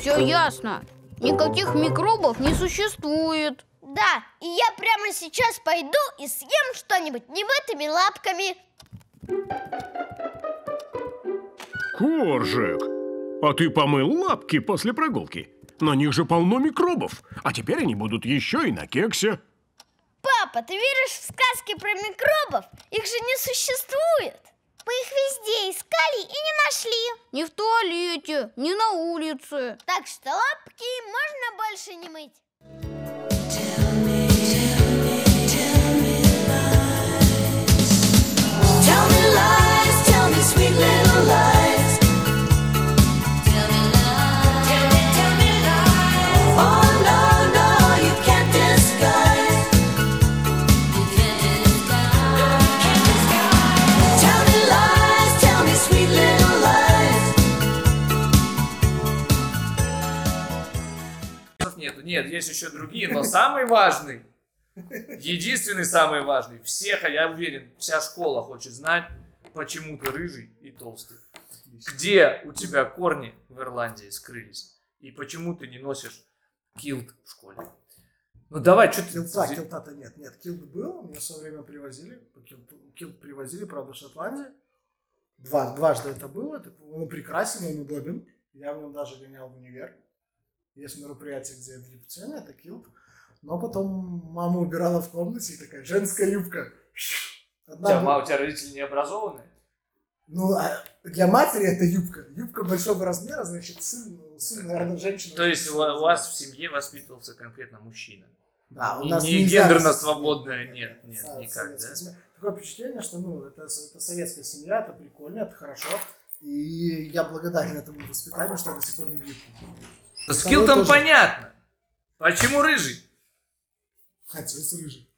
Все ясно. Никаких микробов не существует. Да, и я прямо сейчас пойду и съем что-нибудь немытыми лапками. Коржик, а ты помыл лапки после прогулки? На них же полно микробов, а теперь они будут еще и на кексе. Папа, ты веришь в сказки про микробов? Их же не существует. Мы их везде искали и не нашли. Ни в туалете, ни на улице. Так что лапки можно больше не мыть. Tell me lies, tell me sweet little lies. Tell me, tell me lies. Oh no, no, you can't disguise. No, you can't disguise. Tell me lies, tell me sweet little lies. Вопросов нету. Нет, есть еще другие, но самый важный, единственный самый важный, всех, а я уверен, вся школа хочет знать, почему ты рыжий и толстый. Где у тебя корни в Ирландии скрылись? И почему ты не носишь килт в школе? Ну давай, что ты... Килта, килта-то нет. Нет, килт был, мне все время привозили. Килт, килт привозили, правда, в Шотландии. Два, дважды это было. Это- он прекрасен, он удобен. Я в нем даже гонял в универ. Есть мероприятие, где в Египте, это килт. Но потом мама убирала в комнате и такая, женская юбка. У Одна тебя, была. мама, у тебя родители не образованные? Ну, а для матери это юбка. Юбка большого размера, значит, сын, ну, сын наверное, женщина. То есть у, у вас в семье воспитывался конкретно мужчина? Да, А, у Не- нас не нельзя- гендерно свободная, нет, нет, со- никак, советская да? семья. Такое впечатление, что ну, это, с- это советская семья, это прикольно, это хорошо. И я благодарен этому воспитанию, что я до сих пор не бью. С Второй килтом тоже. понятно. Почему рыжий? Отец рыжий.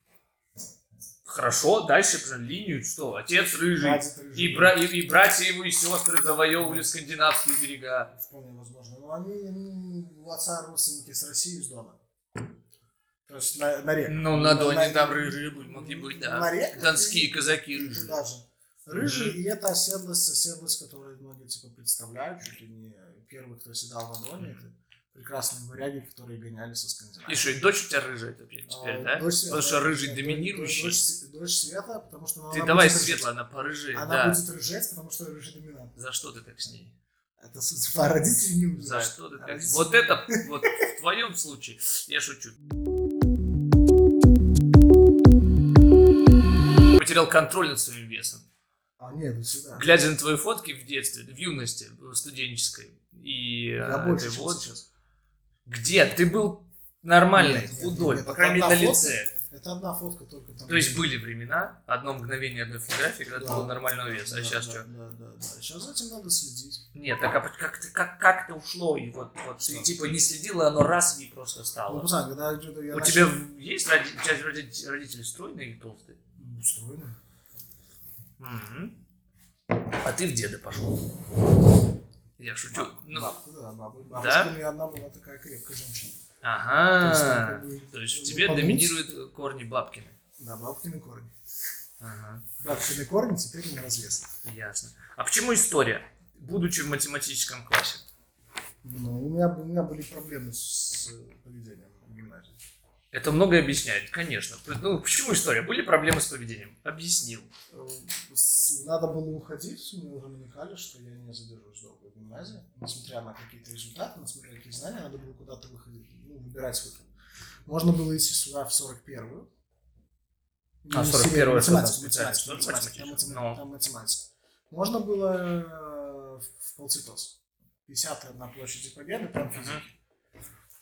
Хорошо, дальше про линию что? Отец рыжий. Братец А, рыжий. И, бра- и, и братья его и сестры завоевывали скандинавские берега. Вполне возможно. Но они, они у отца родственники с России, из Дона. То есть на, на рек. Ну, на Доне там ры- рыбы могли быть, да. На реках Донские казаки рыжие. Туда же. Рыжий, Мгм. и это оседлость, оседлость, которую многие типа представляют, чуть ли не первый, кто седал на Доне, это прекрасные варяги, которые гонялись со Скандинавии. А, И что, и дочь у тебя рыжая теперь, теперь да? Дочь Света, Потому что рыжий да, доминирующий. Дочь, С- дочь Света, потому что Ты она давай будет светло, рыжать. она порыжее, Она да. будет рыжать, потому что рыжий доминант. За что ты так с ней? Это судьба родителей не За убьешь. что ты А так? родители- Вот это, вот в твоем случае, я шучу. Потерял контроль над своим весом. А, нет, ну сюда. Глядя на твои фотки в детстве, в юности, в студенческой, и Я э, больше, этой чем вот, сейчас. где ты был нормальный, Нет, нет, худой, нет, ну, по это крайней мере, одна на фотка. лице. Это одна фотка только там. То есть были времена, одно мгновение одной фотографии, когда ты Да. был нормального веса, а Да, сейчас да, что? Да, да, да. Сейчас за этим надо следить. Нет, так а как, ты- как, как ты ушло, и вот, вот ты Что? типа не следила, оно раз и просто Ну, стало. пацан, когда что-то я У начал- тебя в- есть роди- у тебя роди- родители стройные и толстые? Ну, Устроено. Мгм. А ты в деда пошел. Я шучу. Ну, Бабка, да, бабка. Бабушка у меня одна была такая крепкая женщина. Ага. То есть, как бы, А, То есть в ну, тебе подумать. доминируют э, корни бабкины. Да, бабкины корни. Ага, Бабкины корни теперь не развес. ясно. А почему история? Будучи в математическом классе. Ну, у меня, у меня были проблемы с э, поведением в гимназии. Это многое объясняет, конечно. Ну, почему история? Были проблемы с поведением? Объяснил. Э, с- Надо было уходить, мне уже намекали, что я не задержусь долго в гимназии. Несмотря на какие-то результаты, несмотря на какие знания, надо было куда-то выходить, ну, выбирать выход. Можно было идти сюда в 41-ю. А, Ну, 41-я серьезно, что математику, там специально? математику, Что там математику, там математика? математика, Ну. там математика. Можно было э, в в полцитос. 50 на площади Победы, прям физики.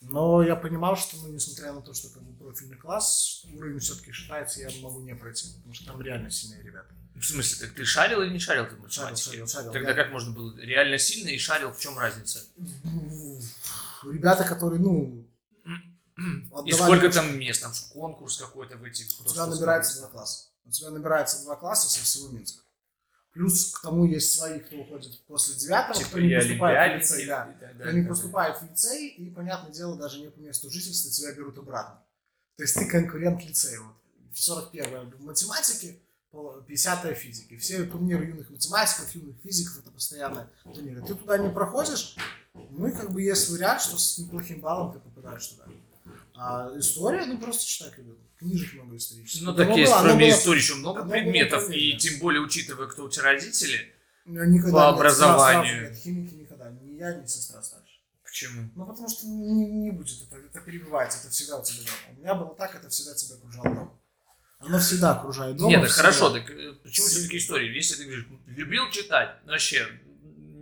Но я понимал, что, ну, несмотря на то, что как бы профильный класс, уровень все-таки считается, я могу не пройти, потому что там реально сильные ребята. В смысле, так ты шарил или не шарил ты в Шарил, математике? шарил, шарил, Тогда я- как можно было реально сильно и шарил, в чем разница? Ребята, которые, ну, И отдавали- сколько там мест? Там же конкурс какой-то в этих... У тебя набирается два класса. У тебя набирается два класса со всего Минска. Плюс к тому есть свои, кто уходит после девятого, Типа кто и не поступает в олимпиадники, лицей. и Да. так далее, Кто не да. поступает в лицей, и, понятное дело, даже не по месту жительства тебя берут обратно. То есть ты конкурент лицея. Вот. 41-е в математике, пол- 50-е в физике. Все турниры юных математиков, юных физиков, это постоянные турниры. Ты туда не проходишь, Ну и как бы есть вариант, что с неплохим баллом ты попадаешь туда. А история, ну просто читать любят. Книжек много исторических. Ну, Оно так есть, было- оно кроме было- истории, еще много оно было предметов. И полезно. тем более, учитывая, кто у тебя родители. Ну, никогда по нет, сразу- сразу образованию. нет, химики никогда. Ни я, ни сестра старше. Почему? Ну, потому что не, не будет, это, это перебивается, это всегда у тебя дома. У меня было так, это всегда тебя окружало дом. Оно всегда окружает дом. Нет, так хорошо, так э, почему все-таки истории? Если ты говоришь, любил читать, ну, вообще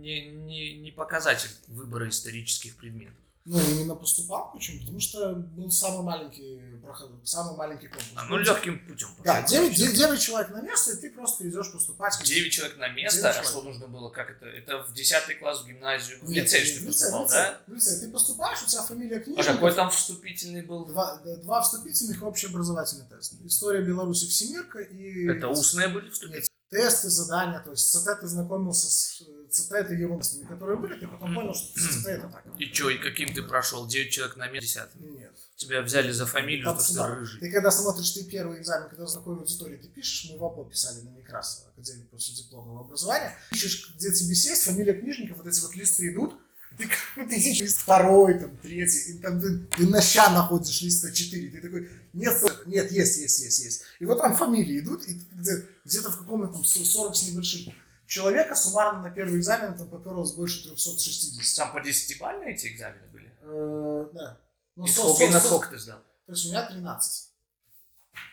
не, не, не показатель выбора исторических предметов. Ну, именно поступал, почему? Потому что был самый маленький проход, самый маленький конкурс. А, ну, легким путем. Да, 9, человек на место, и ты просто идешь поступать. Девять человек на место, Девять а что человек. нужно было? Как это? Это в 10 класс, в гимназию, в Нет, лицей, нет, что ты в поступал, в да? в лицей. Ты поступаешь, у тебя фамилия книга. А какой там вступительный был? Два, да, два вступительных общеобразовательных теста. История Беларуси всемирка и... Это устные были вступительные? Тесты, задания, то есть с ЦТ ты знакомился с э, ЦТ это ерунностями, которые были, ты потом понял, что ЦТ это так. И чё, и каким ты прошел? Девять человек на место, десятый. Нет. Тебя взяли за фамилию, Там потому что сюда. ты рыжий. Ты когда смотришь ты первый экзамен, когда знакомый аудитории, ты пишешь, мы в АПО писали на Некрасова, Академию после дипломного образования, пишешь, где тебе сесть, фамилия книжников, вот эти вот листы идут, ты как бы ты ищешь лист второй, там, третий, и там ты, ты на ща находишь листа 4, ты такой, нет, сэр, нет, есть, есть, есть, есть. И вот там фамилии идут, и где- где-то в каком-то там 40 с небольшим человека суммарно на первый экзамен там поперлось больше 360. Там по 10 эти экзамены были? Э, да. Ну, и со- сколько, со- и на со- сколько ты сдал? То есть у меня 13.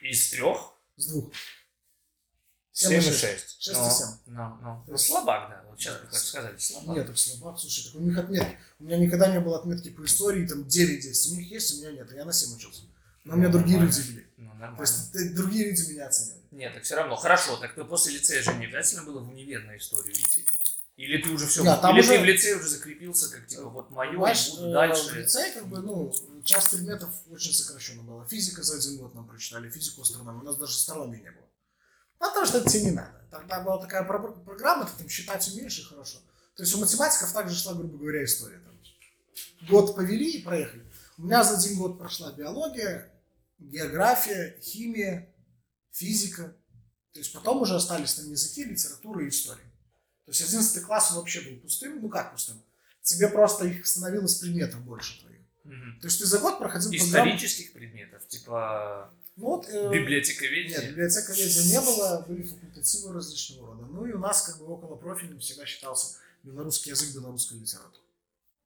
Из трех? С двух. Семь Семь и и шесть. шесть. Шесть и Ну, семь. Ну, ну. То есть- слабак, да. Вот сейчас, как сказали, слабак. Нет, так слабак, слушай, так у них отметки. У меня никогда не было отметки по истории, там 9-10. У них есть, у меня нет. а Я на 7 учился. Но у меня Ну, другие нормально. люди были. Ну, То нормально. есть ты- другие люди меня оценивали. Нет, так все равно. Хорошо, так ты после лицея же не обязательно было в универ на историю идти? Или ты уже все... Да, там Или уже- ты в лицее уже закрепился, как типа, вот мое, Понимаешь, буду э, в дальше. лицее, как бы, ну, час предметов очень сокращенно было. Физика за один год нам прочитали, физику, астрономию. У нас даже астрономии не было. Потому что это тебе не надо. Тогда была такая про- программа, ты там считать умеешь и хорошо. То есть у математиков также шла, грубо говоря, история. Там. Год повели и проехали. У меня за один год прошла биология, география, химия, физика. То есть потом уже остались там языки, литература и история. То есть 11 класс он вообще был пустым. Ну как пустым? Тебе просто их становилось предметов больше твоих. Мгм. То есть ты за год проходил программу. Исторических предметов, типа Ну, вот, э, Нет, библиотековедения. библиотековедения не было, были факультативы различного рода. Ну и у нас как бы около профильным всегда считался белорусский язык, белорусская литература.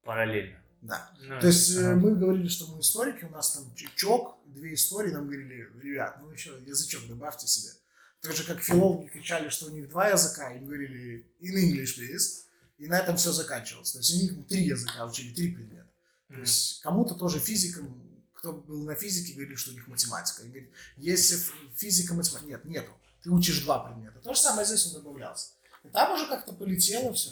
Параллельно. Да. Ну, То есть э, ага. мы говорили, что мы историки, у нас там чок, две истории, нам говорили, ребят, ну еще язычок добавьте себе. Так же, как филологи кричали, что у них два языка, им говорили in English, please, и на этом все заканчивалось. То есть у них три языка учили, три предмета. То Мгм. есть кому-то тоже физикам, кто был на физике, говорили, что у них математика. И говорит, если ф- физика, математика, нет, нету. Ты учишь два предмета. То же самое здесь он добавлялся. И там уже как-то полетело все.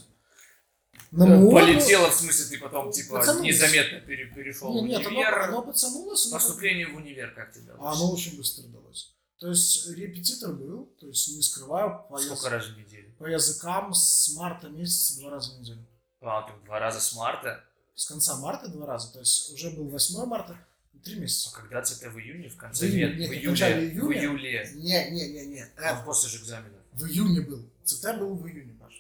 На Да, МУА- Полетело, Э, в смысле, ты потом, типа, ну, Пацаны, незаметно пере- перешел Нет, в нет, универ. оно, оно подсанулось, оно как- Поступление в универ как тебе а далось? оно очень быстро далось. То есть репетитор был, то есть не скрываю, по, яз- Сколько раз в неделю? по языкам с марта месяца два раза в неделю. А, там два раза с марта, С конца марта два раза, то есть уже был 8 марта, три а месяца. когда это в июне, в конце В июне, лет, нет, в в июле, начале в июля. июле, Не, не, не, не. э, Ну, после же экзамена. В июне был. ЦТ был в июне, Паша.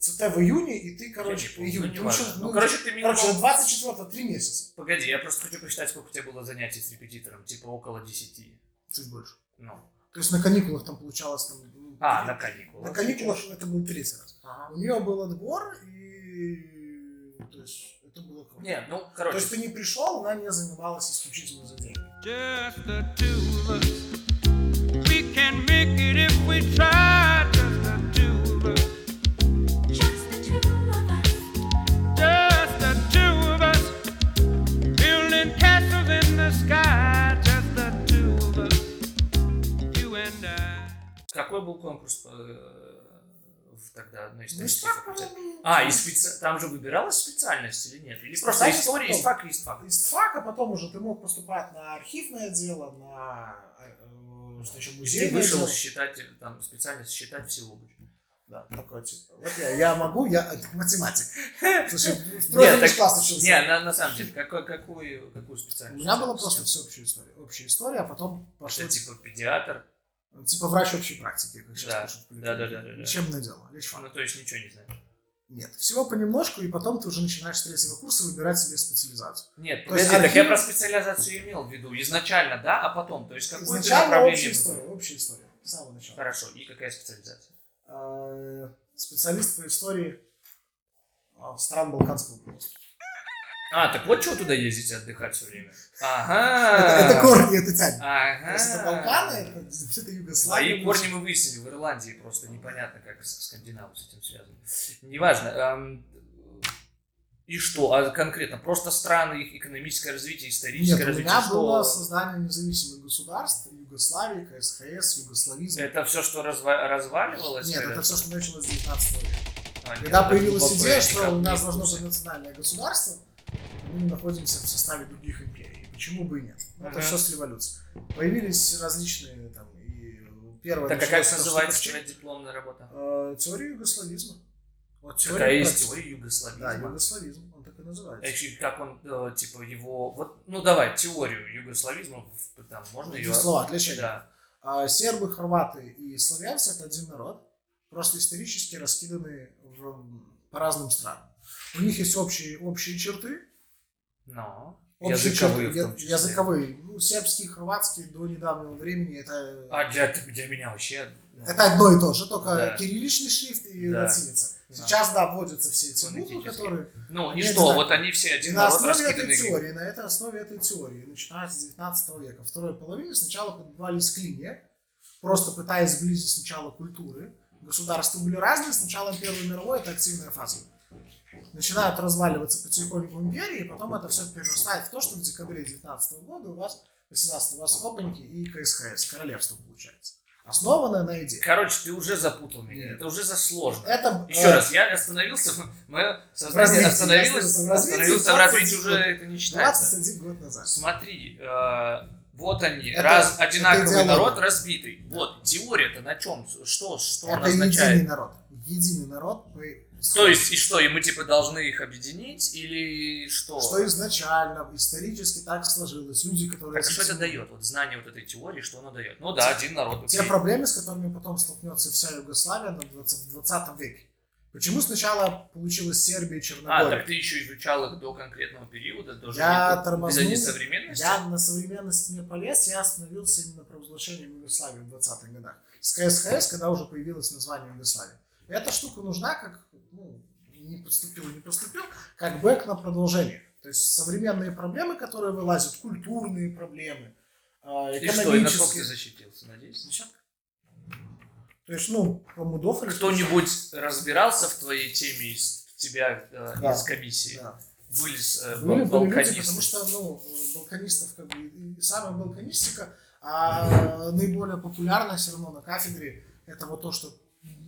ЦТ в июне, и ты, короче, Я не в помню, июне. ну, не Ты важно. учишь, Ну, ну, короче, ты минимум... короче, 24 три месяца. Погоди, я просто хочу посчитать, сколько у тебя было занятий с репетитором, типа около 10. Чуть больше. Ну, То есть на каникулах там получалось там... ну, а, три- на каникулах. На каникулах это был третий раз. У нее был отбор, и... То есть это было круто. Нет, ну, То короче, есть ты не пришел, она не занималась исключительно за деньги. Just the two of us. We can make it if we try. Just the two of us. Just the two of us. Building castles in the sky. Just the two of us. You and I. какой был конкурс э, в тогда на исторический что, факультет? по-моему, А, и специ- там же выбиралась специальность или нет? Или просто Специальность история, потом. истфак и истфак? Из фака потом уже ты мог поступать на архивное дело, на э, что еще, Ты музейное вышел дело. считать, э, там, специальность считать всего. Да, такой типа. Вот я, я могу, я э, математик. Слушай, в Нет, профильный так- класс учился. Не, на, на самом деле, какой, какую, какую У специальность? меня была сейчас? просто всеобщая история. Общая история, а потом пошло Это типа, типа педиатр. типа врач общей практики, как сейчас Да. пишут. в Да, Ну. да, да, да, да. Лечебное дело, Ну, лечфак. то есть ничего не знаю. Нет, всего понемножку, и потом ты уже начинаешь с третьего курса выбирать себе специализацию. Нет, То есть подожди, так я архив- про специализацию имел в виду. Изначально, да, а потом. То есть какое ты Изначально общая направление? история, общая история, с самого выбрал? начала. Хорошо, и какая специализация? Э, Специалист по истории а, стран Балканского полуострова. А, так вот чего туда ездить отдыхать все время? Это, Ага. это корни, это тянет. Ага. Просто Балканы, это, это Югославия. Свои А. корни мы выяснили в Ирландии, просто непонятно, как с- скандинавы с этим связаны. Неважно. эм, И что, а конкретно? Просто страны, их экономическое развитие, историческое Нет, у развитие, меня что? было создание независимых государств, Югославии, КСХС, югославизм. Это все, что разва- разваливалось? Нет, когда- это все, что началось с 19 века. А, нет, Когда это появилась глубоко идея, я что никак у не нас в должно курсе. быть национальное государство, мы находимся в составе других империй. Почему бы и нет? Ну, Это Ага. все с революцией. Появились различные там и первое... Так а как началось то, что называется вообще, твоя дипломная работа? э, Теория югославизма. Вот теория Какая есть практи- теория Да, югославизма? югославизм, он так и называется. Actually, как он, э, типа, его... Вот, ну, давай, теорию югославизма, в- там, можно ее... Эти слова отличать. Да. А сербы, хорваты и славянцы это один народ, просто исторически раскиданы в- по разным странам. У них есть общие, общие черты, Но... общие Языковые, черты, в том я- числе. языковые. Ну, сербский, хорватский до недавнего времени это, А для, для меня вообще... ну, это одно и то же, только Да. кирилличный шрифт и Да. латиница. Да. Сейчас, да, вводятся все эти буквы, Фонетически. которые... Ну, Я и не что, знаю. вот они все И один на народ основе этой раскиданы. теории, на этой основе этой теории, начиная с 19 века, второй половины, сначала подбивались к линии, просто пытаясь сблизить сначала культуры. Государства были разные, с началом Первой мировой это активная фаза. Начинают разваливаться потихоньку империи, и потом это все перерастает в то, что в декабре 19 года у вас, 18 у вас опаньки и КСХС, королевство получается. Основанное на идее. Короче, ты уже запутал меня, Нет. это уже за сложно. Это Еще э, раз, я остановился, мое сознание развитии, остановилось, в развитии, остановился в 20 развитии, уже секунд. это не считается. 21 год назад. Смотри, э, вот они, Это- раз, это одинаковый идеология. народ разбитый. Вот, теория-то на чем? Что, что она Это означает? единый народ. Единый народ. мы- То есть, и что, и мы типа должны их объединить, или что? Что изначально, исторически так сложилось. Люди, которые... Так, а что это дает? Вот знание вот этой теории, что оно дает? Ну да, один народ. Типа, Те окей. проблемы, с которыми потом столкнется вся Югославия на 20 в 20 веке. Почему сначала получилась Сербия А, и так Черногория? ты еще изучал их до конкретного периода, даже Я не- тормознул. Из-за несовременности? я на современности не полез, я остановился именно провозглашением Югославии в 20-х годах. С КСХС, когда уже появилось название Югославии. Эта штука нужна как, ну, не поступил, не поступил, как бэк на продолжение. То есть современные проблемы, которые вылазят, культурные проблемы, э, И что, и на экономические. что ты защитился, надеюсь? Всё. То есть, ну, помудофали. Кто-нибудь разбирался в твоей теме из тебя, э, Да. из комиссии? Да. Были с, э, Были, бал- были Ну, люди, потому балканисты? что, ну, э, балканистов, как бы, и- и самая балканистика, а наиболее популярная все равно на кафедре, это вот то, что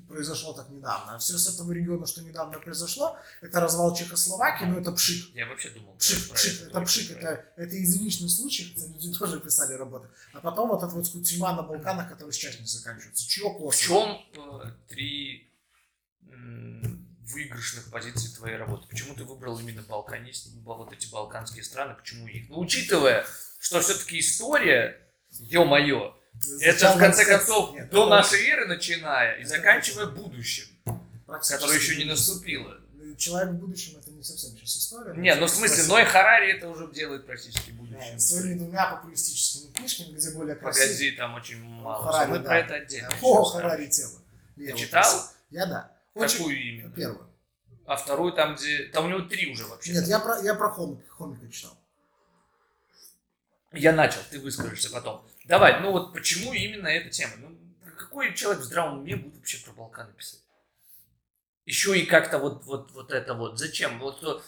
произошло так недавно. А все с этого региона, что недавно произошло, это развал Чехословакии, но это пшик. Я вообще думал Пшик, про пшик, это. это пшик, это, это единичный случай, хотя люди тоже писали работы. А потом вот эта вот тюрьма на Балканах, которая сейчас не заканчивается. Чье В косо? чем э, три м, выигрышных позиций твоей работы? Почему ты выбрал именно балканист, ба- вот эти балканские страны, почему их? Ну, учитывая, что все-таки история, ё-моё, это в конце концов Нет, ну, до это нашей эры начиная и Это заканчивая будущим, практически которое еще не единичный. наступило. Человек в будущем это не совсем сейчас история. Не, ну в смысле, Ной Харари это уже делает практически будущее. Да, ну, Своими двумя популистическими книжками, где более красивые. Погоди, там очень мало. Ну, Харари, Мы да. про это отдельно. О, сейчас Харари тема. Ты Я читал? вот- Я да. скажем. Очень Какую именно? первую. А вторую там, где... Там у него три уже вообще. Нет, я про, я про Хомика, Хомика читал. Я начал, ты выскажешься потом. Давай, ну вот почему именно эта тема? Ну, какой человек в здравом уме будет вообще про Балканы писать? Еще и как-то вот, вот, вот это вот. Зачем? Вот что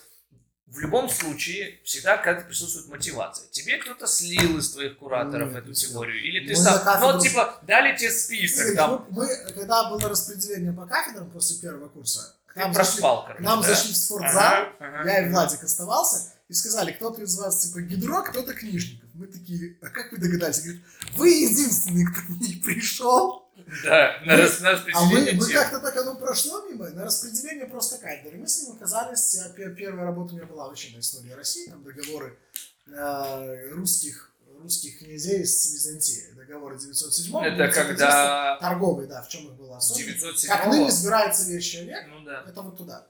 в любом случае всегда как-то присутствует мотивация. Тебе кто-то слил из твоих кураторов Нет, эту нет. теорию? Или ты Ну, Мы сам... на кафедру- Ну, вот, типа, дали тебе список Игорь, там. мы- мы, когда было распределение по кафедрам после первого курса, к Ты нам зашли, проспал, к короче, нам ну, да? зашли в спортзал, Ага, ага. я и Владик оставался, и сказали, кто-то из вас типа гидро, кто-то книжников. Мы такие, а как вы догадались? Говорит, вы единственный, кто не пришел. Да, на рас- на А мы, распределение мы тем. как-то так оно прошло мимо, на распределение просто кафедры. Мы с ним оказались, я, пе- первая работа у меня была вообще на истории России, там договоры э, русских, русских князей с Византией, договоры 907 Это 910, когда торговые, да, в чем их было особенно. 907 Как ныне избирается вещи век, Ну да. это вот туда.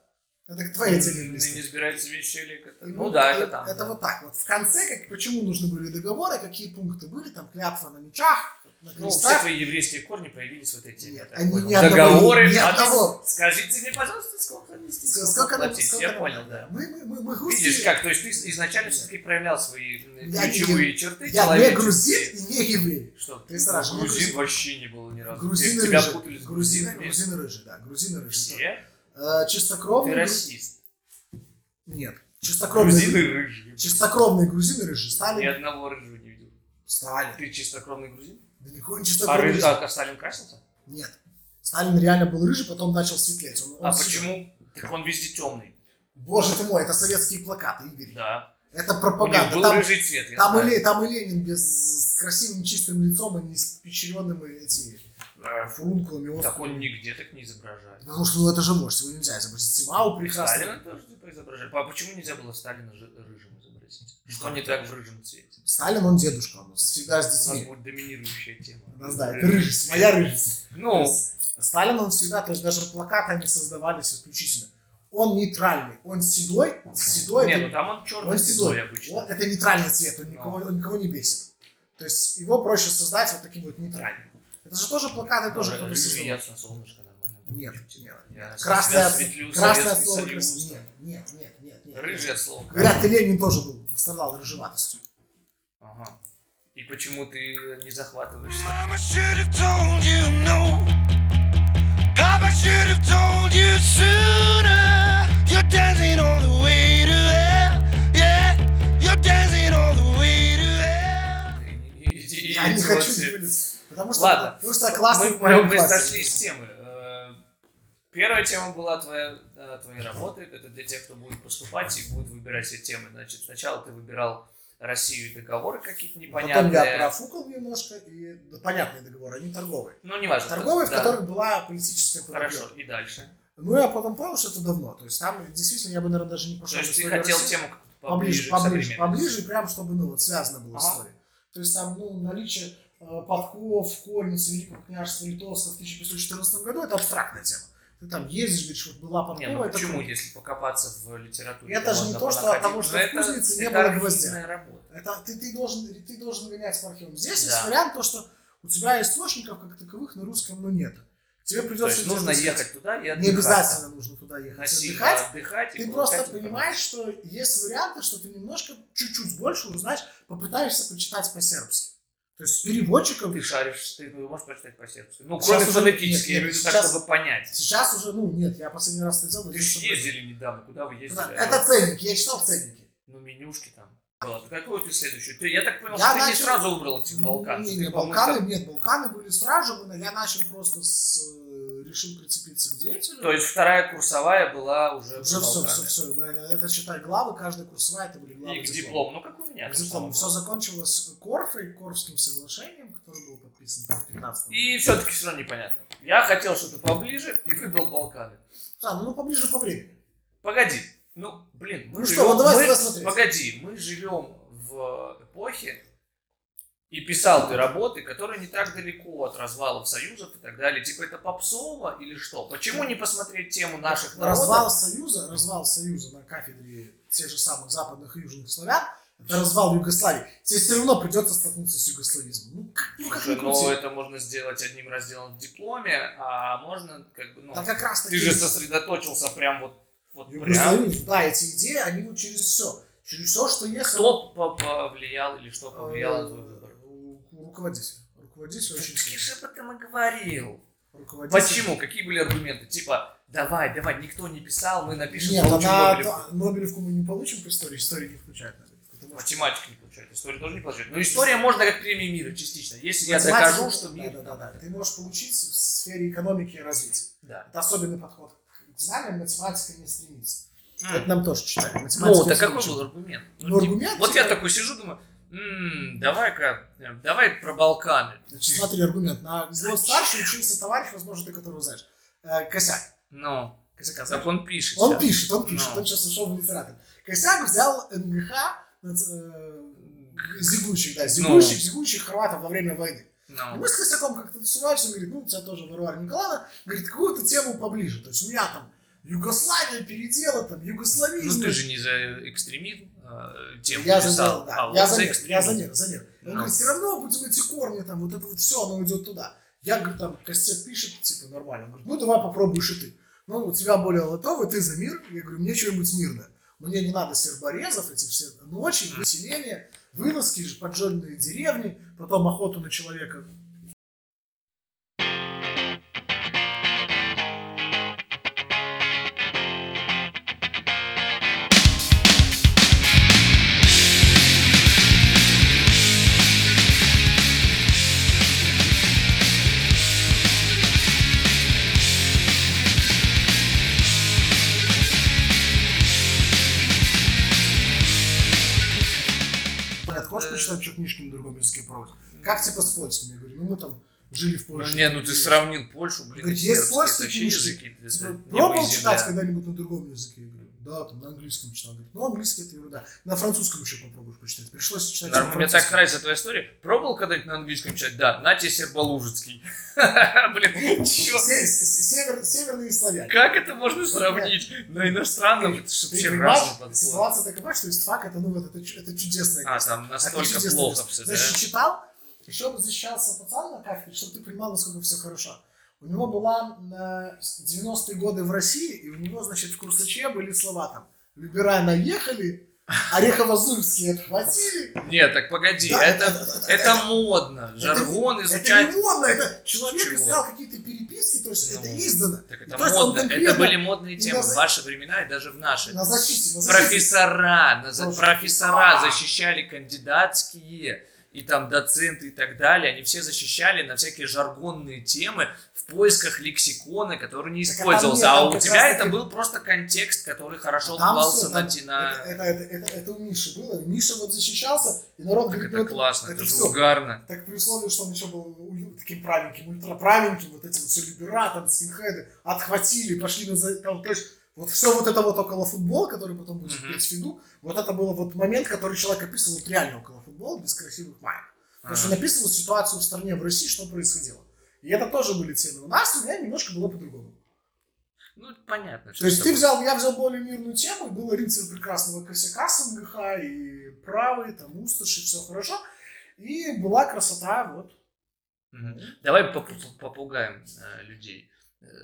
Это твои Не телевизоры. избирается вещелик. Это... И Ну вот да, э- это там. Это да. вот так вот. В конце, как, почему нужны были договоры, какие пункты были, там клятва на мечах, на Ну, все крестах. твои еврейские корни появились вот эти. Нет, я так они понял. ни одного- Договоры. ни а одного. ты Скажите мне, пожалуйста, сколько нести, Сколько сколько нам- платить. сколько Я нам- понял, да. Мы, мы, мы, мы грузины. Видишь как, то есть ты изначально все-таки проявлял свои э, Я не- ключевые черты Я не человеческие. грузин и не еврей. Что? Ты страшно, Грузин грузин. вообще не было ни разу. Грузины Тебя- тебя рыжие. путали с Грузины, грузинами. грузины рыжие, да, грузины рыжие. Все? Э, чистокровные. Ты гру- расист. Нет. Чистокровные. Грузины Грузины. рыжие. Чистокровные грузины рыжие Ни стали. одного рыжего не видел. Стали. Ты чистокровный грузин? Да никакой А, не чистокровный. рыжий, рыжий. а Сталин красился? Нет. Сталин реально был рыжий, потом начал светлеть. Он- он А сидел. почему? Так он везде темный. Боже ты мой, это советские плакаты, Игорь. Да. Это У них пропаганда. был Ну Там, рыжий цвет, я там, и, знаю. Ле- там и Ленин без, с красивым чистым лицом и не с печеренным и эти э, фурункулами. Он- Так он нигде так не изображает. Потому что ну, это же вождь, его нельзя изобразить. Симау прекрасно. Сталина тоже типа изображает. А почему нельзя было Сталина жи- рыжим изобразить? Что не так в рыжем цвете? Сталин, он дедушка, он всегда с У нас детьми. будет доминирующая тема. У нас, да, это рыжесть, моя рыжесть. Ну, Сталин, он всегда, то есть даже плакаты они создавались исключительно. Он нейтральный, он седой, седой, нет, это- ну там он он черный седой, седой обычно. Ну. Он- это нейтральный цвет, он никого, он никого не бесит. То есть его проще создать вот таким вот нейтральным. Это же тоже плакаты, тоже кто-то Ну, Рыжий создавал. яд на солнышко нормально. Нет, нет. Я Красное, себя светлю красное Советский слово Союз. красное. Нет, нет, нет, нет, нет. Рыжий от слова Говорят, ты Ленин тоже был, страдал рыжеватостью. Ага. И почему ты не захватываешься? Mama should have told you no. Papa should have told you sooner. You're dancing all the way to hell. Yeah, you're dancing all the way to hell. И- и- и- Я не и- хочу вот, э, делиться, потому что, Ладно. потому что классный Мы- в Мы, моем мы классе. сошли с темы. Э, Первая тема была твоя, э, твои работы. Это для тех, кто будет поступать и будет выбирать все темы. Значит, сначала ты выбирал Россию и договоры какие-то непонятные. Потом я профукал немножко, и да, понятные договоры, они торговые. Ну, неважно. Торговые, в Да. которых была политическая подоплека. Хорошо, и дальше. Ну, я потом понял, что это давно. То есть там действительно я бы, наверное, даже не То пошел в есть ты историю хотел России. тему поближе, поближе, к поближе, современности. поближе, прям чтобы, ну, вот связано было Ага. история. То есть там, ну, наличие э, подков, кольниц Великого княжества Литовского в 1514 году, это абстрактная тема. Ты там ездишь, говоришь, вот была подкова, Не, ну это почему, круто. если покопаться в литературе? Это то же не можно то, что понаходить. от того, что Но в это- кузнице не это было гвоздя. архивная работа. Это ты, ты должен, ты должен гонять по архивам. Здесь есть Да. вариант, то, что у тебя источников как таковых на русском, но нет. Тебе То придется... есть нужно где-то искать. ехать туда и Не отдыхать. обязательно нужно туда ехать. Насильно Отдыхать. отдыхать и Ты получать просто информацию. понимаешь, что есть варианты, что ты немножко, чуть-чуть больше узнаешь, попытаешься почитать по-сербски. То есть с переводчиком Ты шаришь, ты можешь прочитать по-сербски. Ну, Сейчас кроме уже- фонетически, я нет, имею в виду так, сейчас- чтобы понять. сейчас уже, ну нет, я последний раз это делал. Вы это же что-то- ездили недавно, куда вы ездили? А Да, Это ценники, я читал ценники. Ну, менюшки там. Было. Какую ты следующую? Ты, я так понял, Я что ты не начал- сразу выбрал этих Балкан. Не, Ты, не, по-моему, Балканы, нет, Балканы были сразу же, но я начал просто с, э, решил прицепиться к деятелю. так- То есть вторая курсовая была уже Уже про все, Балканы. все, все, э, это считай главы, каждая курсовая это были главы. И к диплома. диплому. Ну, как у меня. К на самом диплому. деле. Все закончилось Корфой, Корфским соглашением, которое было подписано в 15 И все-таки все равно непонятно. Я хотел что-то поближе и выбрал Балканы. Да, ну поближе по времени. Погоди. Ну, блин, мы Ну что, живем- вот давай мы- сюда смотреть. Погоди, мы живем в эпохе, и писал ты работы, которые не так далеко от развалов союзов и так далее. Типа это попсово или что? Почему не посмотреть тему наших народов? Развал Союза, развал Союза на кафедре тех же самых западных и южных славян, это развал Югославии. Тебе все равно придется столкнуться с югославизмом. Ну, как, ну, как ни Слушай, крути. но это можно сделать одним разделом в дипломе, а можно как бы, ну, Да как раз ты таки же сосредоточился прям вот, вот прям. Югославиз, да, эти идеи, они вот через все. Через все, что есть. Кто по- повлиял или что э, повлияло на твой выбор? ру- Руководитель. Руководитель очень Таким сильный. шепотом и говорил. Руководитель. Почему? Какие были аргументы? Типа, давай, давай, никто не писал, мы напишем Нет, получим она, Нобелевку. да, Нобелевку мы не получим по истории, история не включает Нобелевку. Потому что- Математика не получает, история тоже не получает. Но история можно как премия мира частично. Если я Математика- докажу, что мир... Да, да, да, да. Ты можешь получить в сфере экономики и развития. Да. Это особенный подход. К знаниям математика не стремится. М. Это нам тоже читали. Ну, Математика так не какой стремится. был аргумент? Ну, аргумент, Вот типа- я такой сижу, думаю, «М, давай-ка, э, давай про Балканы. Значит, Ну, смотри, аргумент. На год старше учился товарищ, возможно, ты которого знаешь. Э, Косяк. Ну, Косяка так знаешь? он пишет. Он щас. пишет, он пишет. Ну. Он сейчас ушел в литератор. Косяк взял НГХ нац- э, зигучих, да, зигучих, зигучих хорватов во время войны. И Ну, мы с Косяком как-то тусовались, он говорит, ну, у тебя тоже Варвара Николаевна, говорит, какую-то тему поближе. То есть у меня там Югославия передела, там, Ну югославизм. ты же не за экстремизм э, тему я за писал, него, да, а я вот за за него, я за экстремизм. него, за него. Он Ну. говорит, все равно будем эти корни, там, вот это вот все, оно уйдет туда. Я, говорю, там, Костет пишет, типа, нормально. Он говорит, ну, давай попробуешь и ты. Ну, у тебя более лотово, ты за мир. Я говорю, мне что-нибудь мирное. Мне не надо серборезов, эти все ночи, выселения, вылазки, поджженные деревни, потом охоту на человека Говорят, хочешь почитать, что книжки на другом языке проводят? Как типа с польским? Я говорю, ну мы там жили в Ну Польше. не, ну ты сравнил Польшу, блин, Говорит, и есть сербский, польские это вообще книжки. языки, блин, Типа, небо и Пробовал земля. читать когда-нибудь на другом языке? Я говорю, да, там на английском читал. Говорит, ну английский это ерунда. На французском еще попробуешь почитать. Пришлось читать на Нормально, мне так французском. нравится твоя история. Пробовал когда-нибудь на английском читать? Да, на тебе серболужицкий. Блин, чё? Се- се- се- север- Северные славяне. Как это можно сравнить? На иностранном это ж Ты вообще понимаешь, разный подход. ситуация такова, что есть факт, это, ну, вот, это, чу- это чудесная А, там настолько Отлично, плохо Денис. все, да? Знаешь, я читал, чтобы защищался пацан на кафедре, чтобы ты понимал, насколько все хорошо. У него была э, 90-е годы в России, и у него, значит, в Курсаче были слова там «Любера наехали», «Орехово-Зульские отхватили». Нет, так погоди, Да, это, это- это модно. Жаргон изучать. Это не модно, это человек Чего? искал какие-то переписки, то есть это Ну, издано. Так И это то есть он модно. Это конкретно были модные не темы в за- ваши времена и даже в наши. На защите, на защите. Профессора, на за- Слушай, профессора а. защищали кандидатские и там доценты и так далее. Они все защищали на всякие жаргонные темы в поисках лексикона, который не Так а там использовался. нет, А там у как тебя раз это таки- А был просто контекст, который хорошо Там всё, клался на... там- те- на- это, это, это, это- это у Миши было. Миша вот защищался, и народ Так говорит, это ну, классно, это же всё. угарно. Так при условии, что он еще был уют- таким правеньким, ультраправеньким, вот эти вот все либера, там, скинхеды, отхватили, пошли на... за- Там, то есть вот все вот это вот около футбола, который потом будет Мгм. петь в виду, вот это был вот момент, который человек описывал вот реально около футбола, без красивых маек. Потому что он описывал ситуацию в стране, в России, что происходило. И это тоже были темы. У нас у меня немножко было по-другому. Ну, понятно. То есть ты взял, я взял более мирную тему, и было рыцарь прекрасного косяка с МГХ, и правый, там, усташи, все хорошо. И была красота, вот, Мгм. Давай попу- попугаем э, людей.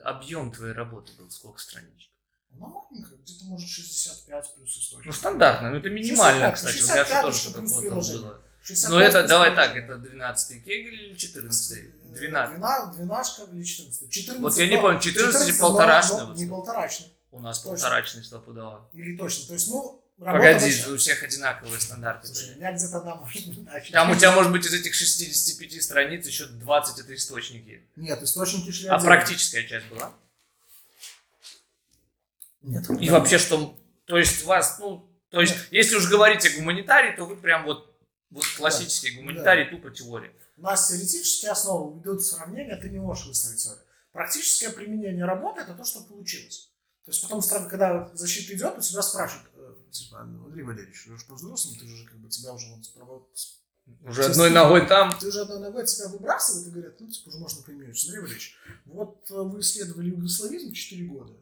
Объем твоей работы был сколько страничек? Она маленькая, Ну, где-то может 65 плюс Ну, история. стандартно, ну это минимально, 65, кстати. У 65, Гаша тоже чтобы что-то плюс было там приложение. было. 65 Ну это, плюс давай история. так, это 12 кегель или 14? 12. 12. 12 или 14. 14. Вот я не помню, 14 или но- полторашный но вот Не это. полторачный. У нас Точно. полторачный стопудово. Или точно. То есть, ну, работа Погоди, большая. у всех одинаковые стандарты. Слушай, у были. меня где-то там может быть иначе. Там у тебя может быть из этих 65 страниц еще 20 это источники. Нет, источники шли А отдельно. практическая часть была? Нет. И вообще, что... То есть вас, ну... То есть, если уж говорите гуманитарий, то вы прям вот, вот классический гуманитарий, тупо теория. У нас теоретические основы ведут сравнение, ты не можешь выставить свое. Практическое применение работы – это то, что получилось. То есть потом, стра- когда защита идет, у тебя спрашивают, э, типа, «Ну, Андрей Валерьевич, ты уже по-взрослому, ты же как бы тебя уже вон справа- Уже Чисто. одной ногой там, Ты уже одной ногой тебя выбрасывают и говорят, ну, типа, уже можно применять. Андрей Валерьевич, вот э, вы исследовали югославизм 4 года.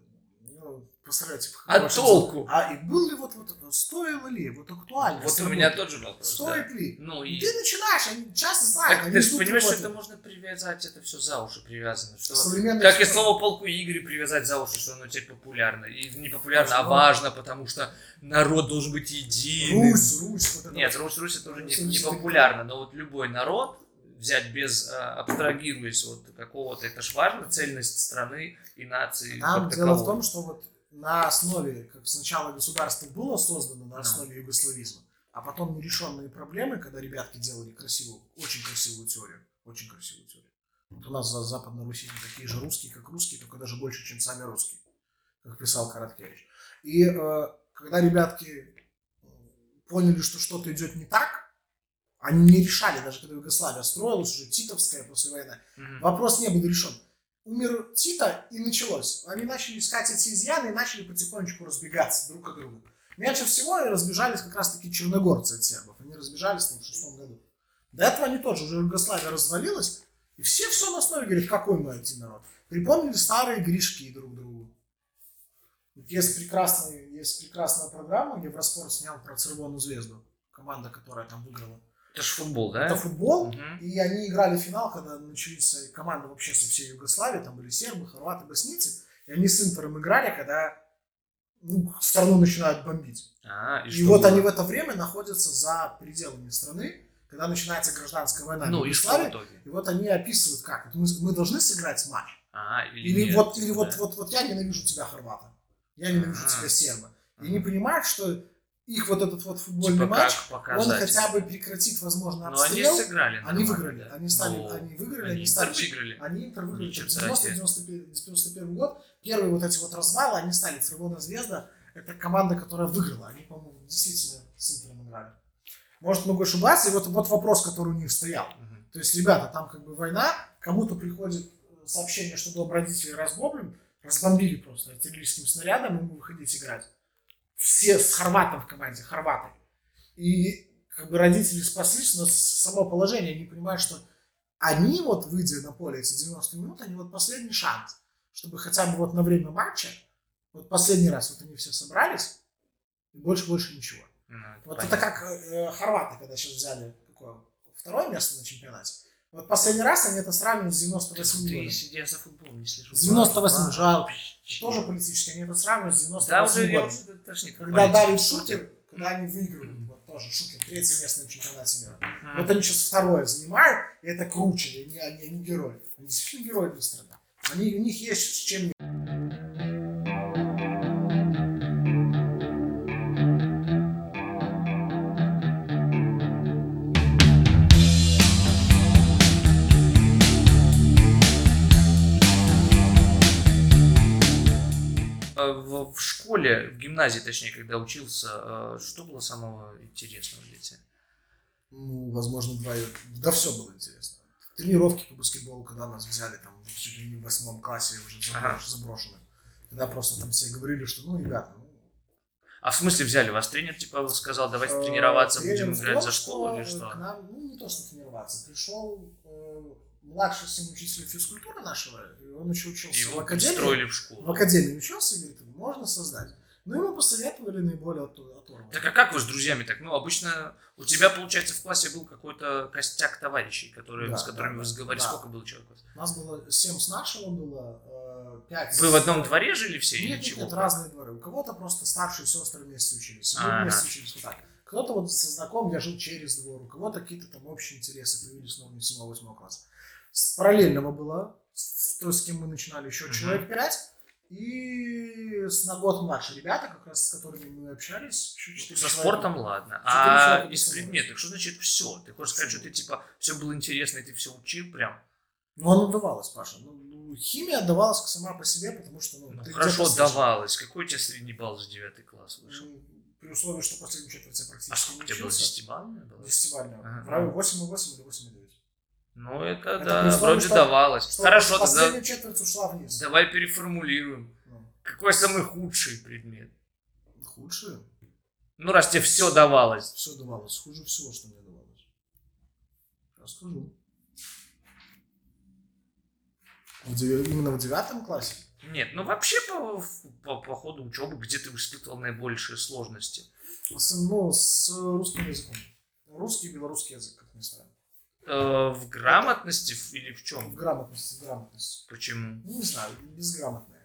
Ну, Постарайтесь. А ваши- толку? А и был ли вот, вот стоило ли, вот актуально. Вот у меня тот же вопрос. Стоит да. ли? Ну И и... Ты начинаешь, они часто знают. Так, они ты же ждут понимаешь, что работы. это можно привязать, это все за уши привязано. Что... Современная Как и история. слово полку Игоря привязать за уши, что оно теперь популярно. И не популярно, а Почему? важно, потому что народ должен быть единым. Русь, Русь. вот это Нет, вот. Русь, Русь это уже не, Русь, не Русь, это популярно, но вот любой народ взять без, а, абстрагируясь от какого-то, это ж важно, цельность страны и нации. А Там как дело в таковой. том, что вот на основе, как сначала государство было создано на основе югославизма, а потом нерешенные проблемы, когда ребятки делали красивую, очень красивую теорию, очень красивую теорию. Вот у нас за Западной Руси такие же русские, как русские, только даже больше, чем сами русские, как писал Короткевич. И э, когда ребятки э, поняли, что что-то идет не так, они не решали, даже когда Югославия строилась, уже Титовская послевоенная, Мгм. Вопрос не был решен. Умер Тита и началось. Они начали искать эти изъяны и начали потихонечку разбегаться друг от друга. Меньше всего и разбежались как раз-таки черногорцы от сербов. Они разбежались там в шестом году. До этого они тоже, уже Югославия развалилась, и все все на основе говорят, какой мы один народ. Припомнили старые грешки друг другу. Вот Есть, прекрасный, есть прекрасная программа, Евроспорт снял про «Червоную звезду», команда, которая там выиграла. Это ж футбол, да? Это футбол, Мгм. и они играли в финал, когда начались э, команды вообще со всей Югославии, там были сербы, хорваты, босницы, и они с Интером играли, когда ну, страну начинают бомбить. А, и И, что вот было? они в это время находятся за пределами страны, когда начинается гражданская война Ну в и что в Югославии, итоге? и вот они описывают, как. Вот мы, мы должны сыграть матч. А, или, Или, нет, вот, или вот, да. А. вот, вот я ненавижу тебя, хорвата. Я ненавижу Ага. тебя, серба. И Ага. не понимают, что их вот этот вот футбольный Типа матч, как он показать? хотя бы прекратит, возможно, Ну они обстрел. же сыграли Они нормально, выиграли. да. Они стали, Ну, они выиграли, они они стали. Интер выиграли. Они Интер выиграли. Ничего себе. 90-91 год. Первые вот эти вот развалы, они стали Цервона Звезда. Это команда, которая выиграла. Они, по-моему, действительно с Интером играли. Может, могу ошибаться. И вот, вот вопрос, который у них стоял. Мгм. То есть, ребята, там как бы война, кому-то приходит э, сообщение, что дом родителей разбомблен, разбомбили просто артиллерийским снарядом, и мы выходить играть. Все с хорватом в команде, хорваты. И как бы родители спаслись, но с- само положение, они понимают, что они вот, выйдя на поле эти 90 минут, они вот последний шанс, чтобы хотя бы вот на время матча, вот последний раз вот они все собрались, и больше-больше ничего. Ну, Вот понятно. это как э, хорваты, когда сейчас взяли какое, второе место на чемпионате. Вот последний раз они это сравнивали с 98 Ты, годом. если я за футбол не слежу. С 98 А, жалко. Тоже политически они это сравнивают с Да, уже 98 я годом. уже тошнит. Когда дали Политика. шутер, когда они выигрывали, вот тоже шутер, третье место на чемпионате мира. Мгм. Вот они сейчас второе занимают, и это круче, они, они, они герои. Они действительно герои для страны. Они, у них есть с чем А В в школе, в гимназии, точнее, когда учился, а, что было самого интересного для тебя? Ну, возможно, двое. Да все было интересно. Тренировки по баскетболу, когда нас взяли там чуть ли не в восьмом классе уже Ага. заброш- заброшены. Когда просто там все говорили, что ну, ребята, ну, А в смысле взяли? Вас тренер типа сказал, давайте э, тренироваться, тренер будем в играть том, за школу или К что? нам, ну, не то, что тренироваться. Пришел э, младший сын учителя физкультуры нашего, и он еще учился в Его академии. пристроили в В школу. академии учился, и говорит, можно создать. Ну, ему посоветовали наиболее от- оторванного. Так а как вы с друзьями так? Ну, обычно у тебя, получается, в классе был какой-то костяк товарищей, которые, Да, с которыми да, вы да, разговаривали. да. Сколько было человек? у вас? У нас было семь с нашего было, э, пять Вы с- в одном дворе жили все или Нет, нет, чего? нет, разные дворы. У кого-то просто старшие сестры вместе учились, и мы Ага. вместе учились вот так. Кто-то вот со знакомым я жил через двор, у кого-то какие-то там общие интересы появились ну, на уровне 7-8 класса. С параллельного было, с, то, с кем мы начинали, еще Мгм. человек 5, и с на год младше ребята, как раз с которыми мы общались, еще четыре Со человека. спортом ладно. Что-то А человек из не понимает. предметов, что значит все? Ты хочешь сказать, что ты типа все было интересно, и ты все учил прям? Ну, оно давалось, Паша. Ну, Ну, химия давалась сама по себе, потому что... Ну, Ну, ты хорошо где-то слышал. давалось. Какой у тебя средний балл за девятый класс вышел? Ну, При условии, что последний четверть я А практически сколько не у тебя было? учился. Десятибалльная была? Десятибального. Ага. В районе 8,8 или 8,9. Ну, это, Это при да, условии, вроде что- давалось. Что хорошо, тогда Последняя четверть ушла вниз. давай переформулируем. Ну, Какой самый худший предмет? худшее? Ну, раз тебе все давалось. Все давалось. Хуже всего, что мне давалось. Расскажу. В деви- Именно в девятом классе? Нет, ну вообще по, по, по ходу учебы, где ты испытывал наибольшие сложности? С, ну, с русским языком. Русский и белорусский язык, как ни странно. Э, в грамотности в- или в В чем? грамотности, в грамотности. Почему? Ну, не знаю, безграмотная.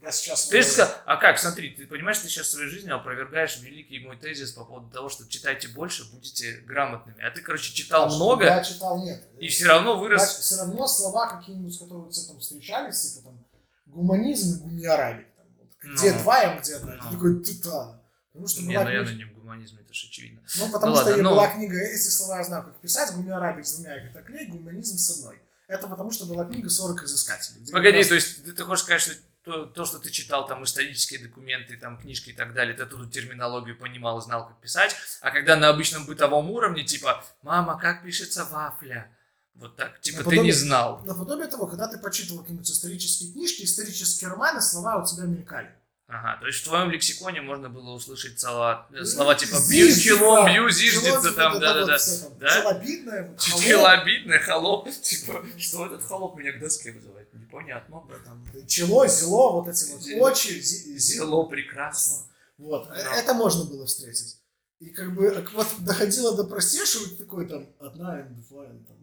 Я сейчас... Ты же сказал, а как, смотри, ты понимаешь, ты сейчас своей жизнью опровергаешь великий мой тезис по поводу того, что читайте больше, будете грамотными. А ты, короче, читал Паша, много Я читал, нет. и все равно Да, вырос. все равно слова какие-нибудь, которые у тебя там встречались, типа там гуманизм и гумиарабик. Там, вот, где Ну. два М, где одна. Ну. Ты такой титан. Потому что Не, была ну я на книжка- нем гуманизм, это же очевидно. ну, потому Ну, ладно, что я ну. была книга, эти слова я знаю, как писать, гумиарабик с двумя клей, гуманизм с одной. Это потому что была книга 40 изыскателей. где Погоди, как раз- то есть ты, ты хочешь сказать, что то, то, что ты читал там исторические документы, там книжки и так далее, ты оттуда терминологию понимал и знал, как писать, а когда на обычном бытовом уровне, типа, мама, как пишется вафля? Вот так, типа, ты подобие- не знал. Наподобие того, когда ты почитывал какие-нибудь исторические книжки, исторические романы, слова у тебя мелькали. Ага, то есть в твоем лексиконе можно было услышать слова, э, Ну, слова типа «бью зиждется, челом, бью, челом, зиждется» вот там, это да-да-да. вот всё там, Да? Челобитное, вот, холодное. Челобитное, холоп, типа, что этот холоп меня к доске вызывает, не Понятно, братан. Чело, зело, вот эти вот Зе- очи. зи- зи- Зело прекрасно. Вот, э, Да. это можно было встретить. И как бы э, вот доходило до простейшего, и такой там, одна N, два N, там,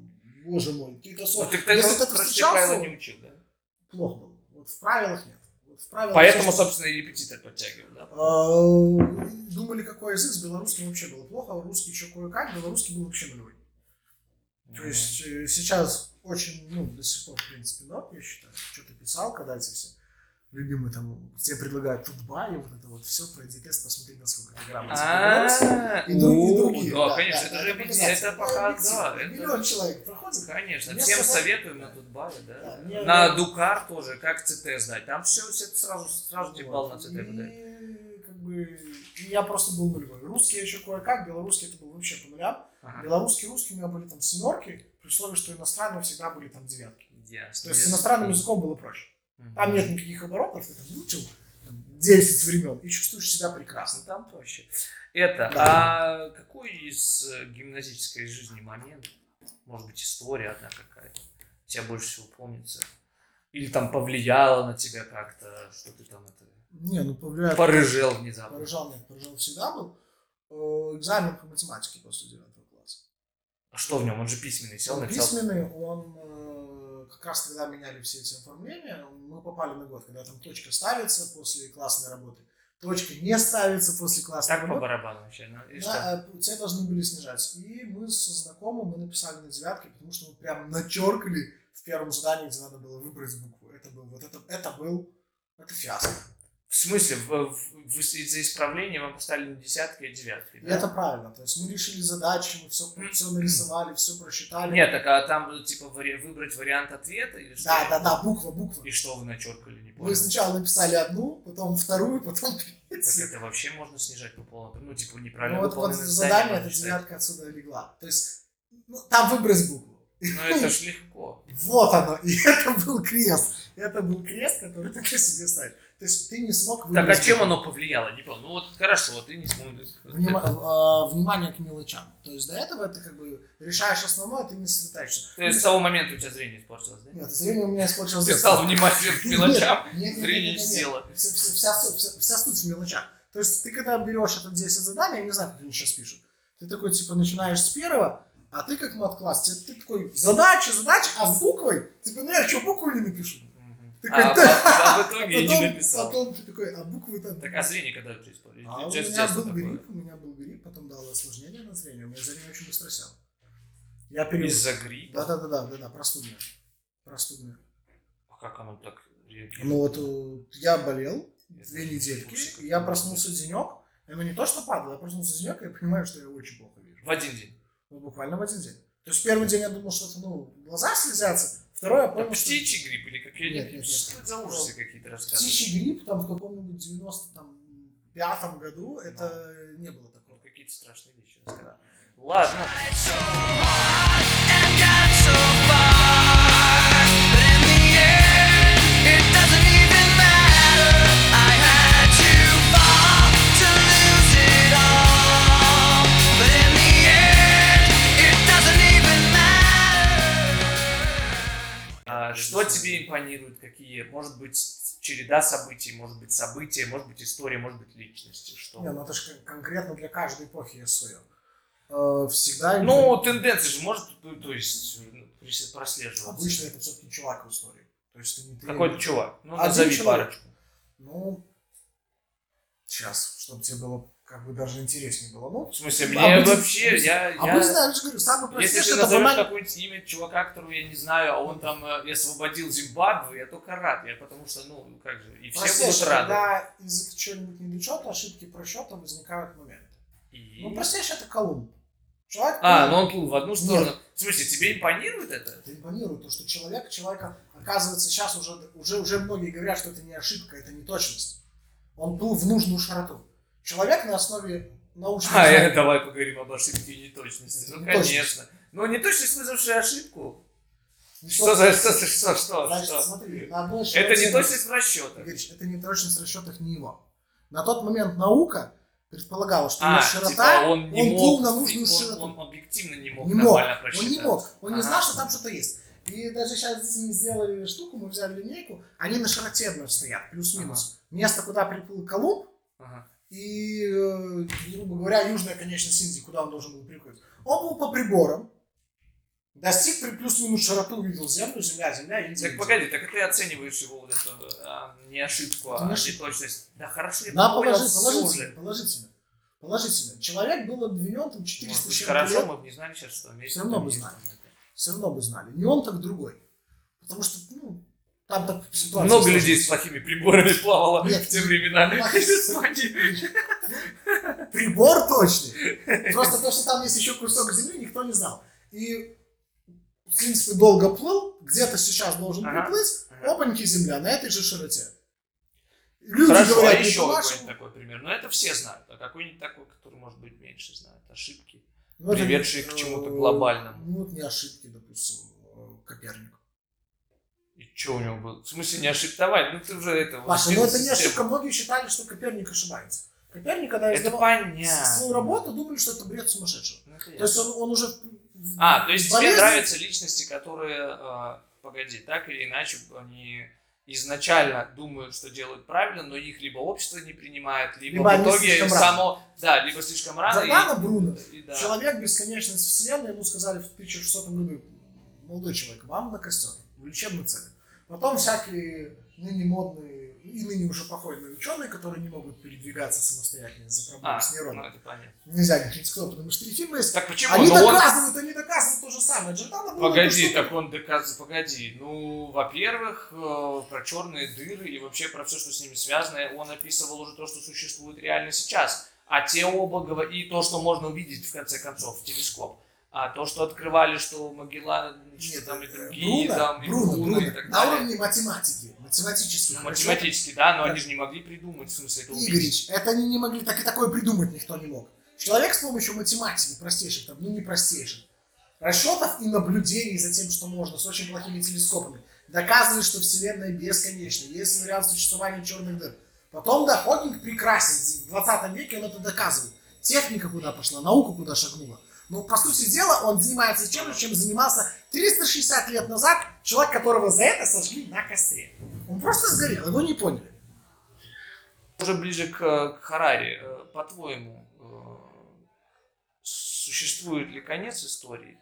боже мой, ты это Но сок. А ты Если ты тогда простые это правила встречался, не учил, да? плохо было. Вот в правилах нет. Вот в правилах Поэтому, всё, что- собственно, и репетитор подтягивал, да? Э, Думали, какой язык, с белорусским вообще было плохо, а русский еще кое-как, белорусский был вообще нулевой. То есть э, сейчас очень, ну, до сих пор, в принципе, но, я считаю, что ты писал, когда эти все любимые там, тебе предлагают тутба и вот это вот все, пройди тест, посмотри, насколько ты грамотно справляешься. А, И друг- и ну, другие, Да, да, конечно, да, это да, же это объединяет, это показатель. пока, Это да. объективно. это- Миллион человек проходит. Конечно, Мне всем сказали- советуем на Тутбае, да. Да, мне- На Дукар тоже, как ЦТ сдать. Там все, все сразу, сразу типа тебе балл на Вот. ЦТ выдают. И как бы и я просто был нулевой. Русский я еще кое-как, белорусский это был вообще по нулям. Ага. Белорусский и русский у меня были там семерки, при условии, что иностранные всегда были там девятки. Ясно. То есть с ясно. иностранным языком было проще. Мгм. Там нет никаких оборотов, ты там выучил там, 10 времен и чувствуешь себя прекрасно. Прекрасно, там проще. Это, а какой из э, гимназической жизни момент, может быть, история одна какая-то, тебя больше всего помнится? Или там повлияло на тебя как-то, что ты там это... Не, ну повлияет. Порыжел внезапно. Поражал, нет, поражал всегда был. Э, Экзамен по математике после 9 класса. А что в нем? Он же письменный, сел, Он написал. Ну, письменный, он э, как раз когда меняли все эти оформления, мы попали на год, когда там точка ставится после классной работы, точка не ставится после классной Так по работы. барабану вообще. ну, и что? Да, э, тебя должны были снижать. И мы со знакомым мы написали на девятке, потому что мы прям начеркали в первом задании, где надо было выбрать букву. Это был вот это, это был это фиаско. В смысле, в- в- в- из-за исправления вам поставили не десятки, а девятки, И да? это правильно. То есть мы решили задачи, мы все, все нарисовали, все просчитали. Нет, так а там, типа, вари- выбрать вариант ответа или что? Да, да, да, буква, буква. И что вы начеркали, не понял. Мы сначала написали одну, потом вторую, потом Так третью. это вообще можно снижать по полу. Ну, типа, Ну, неправильно вот, вот выполненное задание задание эта можно считать. девятка отсюда и легла. То есть, ну, там выбрось букву. Ну, это ж легко. Вот оно, и это был крест. Это был крест, который ты себе ставишь. То есть ты не смог Так, а выбрать чем букву. оно повлияло? Не понял. Ну, вот хорошо, ты не сможешь. Внима- э, внимание к мелочам. То есть до этого ты как бы решаешь основное, а ты не сосредотачиваешься. То есть с того момента у тебя зрение испортилось, да? Нет, зрение у меня испортилось. Ты стал внимательным к мелочам, Нет, нет, нет, зрение нет, нет. села. Вся, вся- вся суть- вся- вся суть в мелочах. То есть ты когда берешь это 10 заданий, я не знаю, как они сейчас пишут, ты такой, типа, начинаешь с первого, а ты как мат-класс, тебе- ты такой, задача, задача, а с буквой, типа, ну я что, букву не напишу? Мгм. Ты А как-то- а в А итоге и не потом, написал. потом ты такой, а буквы там... Так, а зрение когда у тебя испортилось? А у У тебя меня часто был такое? грипп, у меня был грипп, потом дал осложнение на зрение, у меня зрение очень быстро село. Я перевез. Из-за гриппа? Да-да-да, да, да, простудная. Простудная. А Как оно так реагирует? Ну вот э, я болел, Я две даже не в курсе, недельки, как я это проснулся денек, ну не то, что падал, я проснулся денек, и я понимаю, что я очень плохо вижу. В один день. Ну, буквально в один день. То есть первый день я думал, что это, ну, глаза слезятся, второй я А понял, что птичий грипп или как? Я не Нет, нет, понимаю, нет. Что это за ужасы какие-то рассказывают? птичий грипп там в каком-нибудь 95-м году, это не было Ну, такого. Какие-то страшные вещи рассказывают. Ладно. А что тебе импонирует? Какие? Может быть, череда событий, может быть, события, может быть, история, может быть, личности. Что? Не, ну это же конкретно для каждой эпохи я свое. Э, Всегда... Ну, тенденции же может, ну, то есть, ну, прис- обычно прослеживаться. это все-таки чувак в истории. То есть ты не ты- Какой-то чувак. Ну, Один назови человек. парочку. А Ну, сейчас, чтобы тебе было как бы даже интереснее было. Ну, В смысле, А мне будет- вообще, я... я- обычно, я же говорю, самое Если ты простое, что это назовешь банально. какое-нибудь имя чувака, которого я не знаю, а он там э, освободил Зимбабве, я только рад. Я потому что, ну, как же, и все Простейшее, будут рады. когда язык чего-нибудь не влечет, ошибки просчета возникают в момент. И- Ну, простейшее это Колумб. Человек, А, ну, ну он плыл в одну Нет. сторону. В смысле, тебе импонирует это? это импонирует, то, что человек, человека, оказывается, сейчас уже, уже, уже многие говорят, что это не ошибка, это не точность. Он был в нужную широту. Человек на основе научных А, э, знаний. давай поговорим об ошибке и неточности. Ну, Неточность. конечно. Ну, неточность, вызвавшая ошибку. Ну, Что за, что, что, что, Значит, что? смотри, на одной Это широте- неточность в расчетах. Игорь, это не точность в расчетах не его. На тот момент наука предполагала, что у А, него широта, типа он не он мог, типа, плыл на нужную он- широту. он объективно не мог не мог, нормально он просчитать. не мог, он не Ага. знал, что там что-то есть. И И даже сейчас здесь мы сделали штуку, мы взяли линейку, они на широтебную стоят, плюс-минус. Место, куда приплыл Колумб, Ага. и, э, грубо говоря, южная конечность Индии, куда он должен был приплыть. Он был по приборам, достиг при плюс-минус широту, увидел землю, земля, земля, Индия. Так Индия. погоди, так ты оцениваешь его вот эту а, не ошибку, а Не ошиб- неточность. Да хорошо, я На, понял положи, всё положительно, уже. положительно. Положительно. Человек был обвинен там Может 400 быть, с чем-то хорошо, лет. мы бы не знали сейчас, что Америка... Всё равно там бы есть. знали. Все равно бы знали. Не он, так другой. Потому что, ну, там так ситуация... Много людей сложилась. с плохими приборами плавало Нет. ну, в те времена. Плохие- Смотри. Прибор точный. Просто то, что там есть еще кусок земли, никто не знал. И, в принципе, долго плыл, где-то сейчас должен Ага. приплыть, Ага. опаньки земля на этой же широте. Люди Хорошо, а говорят, еще не по-нашему. какой-нибудь такой пример. Но это все знают. А какой-нибудь такой, который, может быть, меньше знает. Ошибки. Ну, это, приведшие к чему-то э, глобальному. Ну, вот не ошибки, допустим, э, Коперник. И что у него было? В смысле, не ошиб... Давай, ну ты уже это... вот Паша, ну это не систему. ошибка. Многие считали, что Коперник ошибается. Коперник, когда Это издавал понятно. свою работу, думали, что это бред сумасшедшего. Ну, это То есть ясно. он, он уже... в- А, то есть тебе полезный- нравятся личности, которые, э, погоди, так или иначе, они изначально думают, что делают правильно, но их либо общество не принимает, либо, Либо в они итоге слишком само, да, либо слишком рано. Джордано Бруно, и- И, да. человек бесконечность вселенной, ему сказали в 1600 году, молодой человек, вам на костер, в лечебной цели. Потом всякие ныне модные и ныне уже покойные ученые, которые не могут передвигаться самостоятельно из-за проблем А, с ну нейронами. это понятно. Нельзя их критиковать, потому что и фильмы есть. Так почему? Они Ну, он- доказывают, они доказывают то же самое. Джордано Бруно... Погоди, это что-то- так он доказывает, погоди. Ну, во-первых, э, про черные дыры и вообще про все, что с ними связано, он описывал уже то, что существует реально сейчас. А те оба гово- и то, что можно увидеть, в конце концов, в телескоп. А то, что открывали, что Магеллан, что Нет, там и э, другие, Бруно, там и Бруно, Бруно, и Бруно. А так На далее. уровне математики, математических. Ну, расчётов. математически, да, но они же не могли придумать, в смысле, это убить. Игорич, это они не могли, так и такое придумать никто не мог. Человек с помощью математики простейших, там, ну не простейших, расчетов и наблюдений за тем, что можно, с очень плохими телескопами, доказывает, что Вселенная бесконечна, есть вариант существования черных дыр. Потом, да, Хокинг прекрасен, в 20 веке он это доказывает. Техника куда пошла, наука куда шагнула. Но, по сути дела, он занимается чем, чем занимался 360 лет назад человек, которого за это сожгли на костре. Он просто сгорел, его не поняли. Уже ближе к, к Харари, э, по-твоему, э, существует ли конец истории?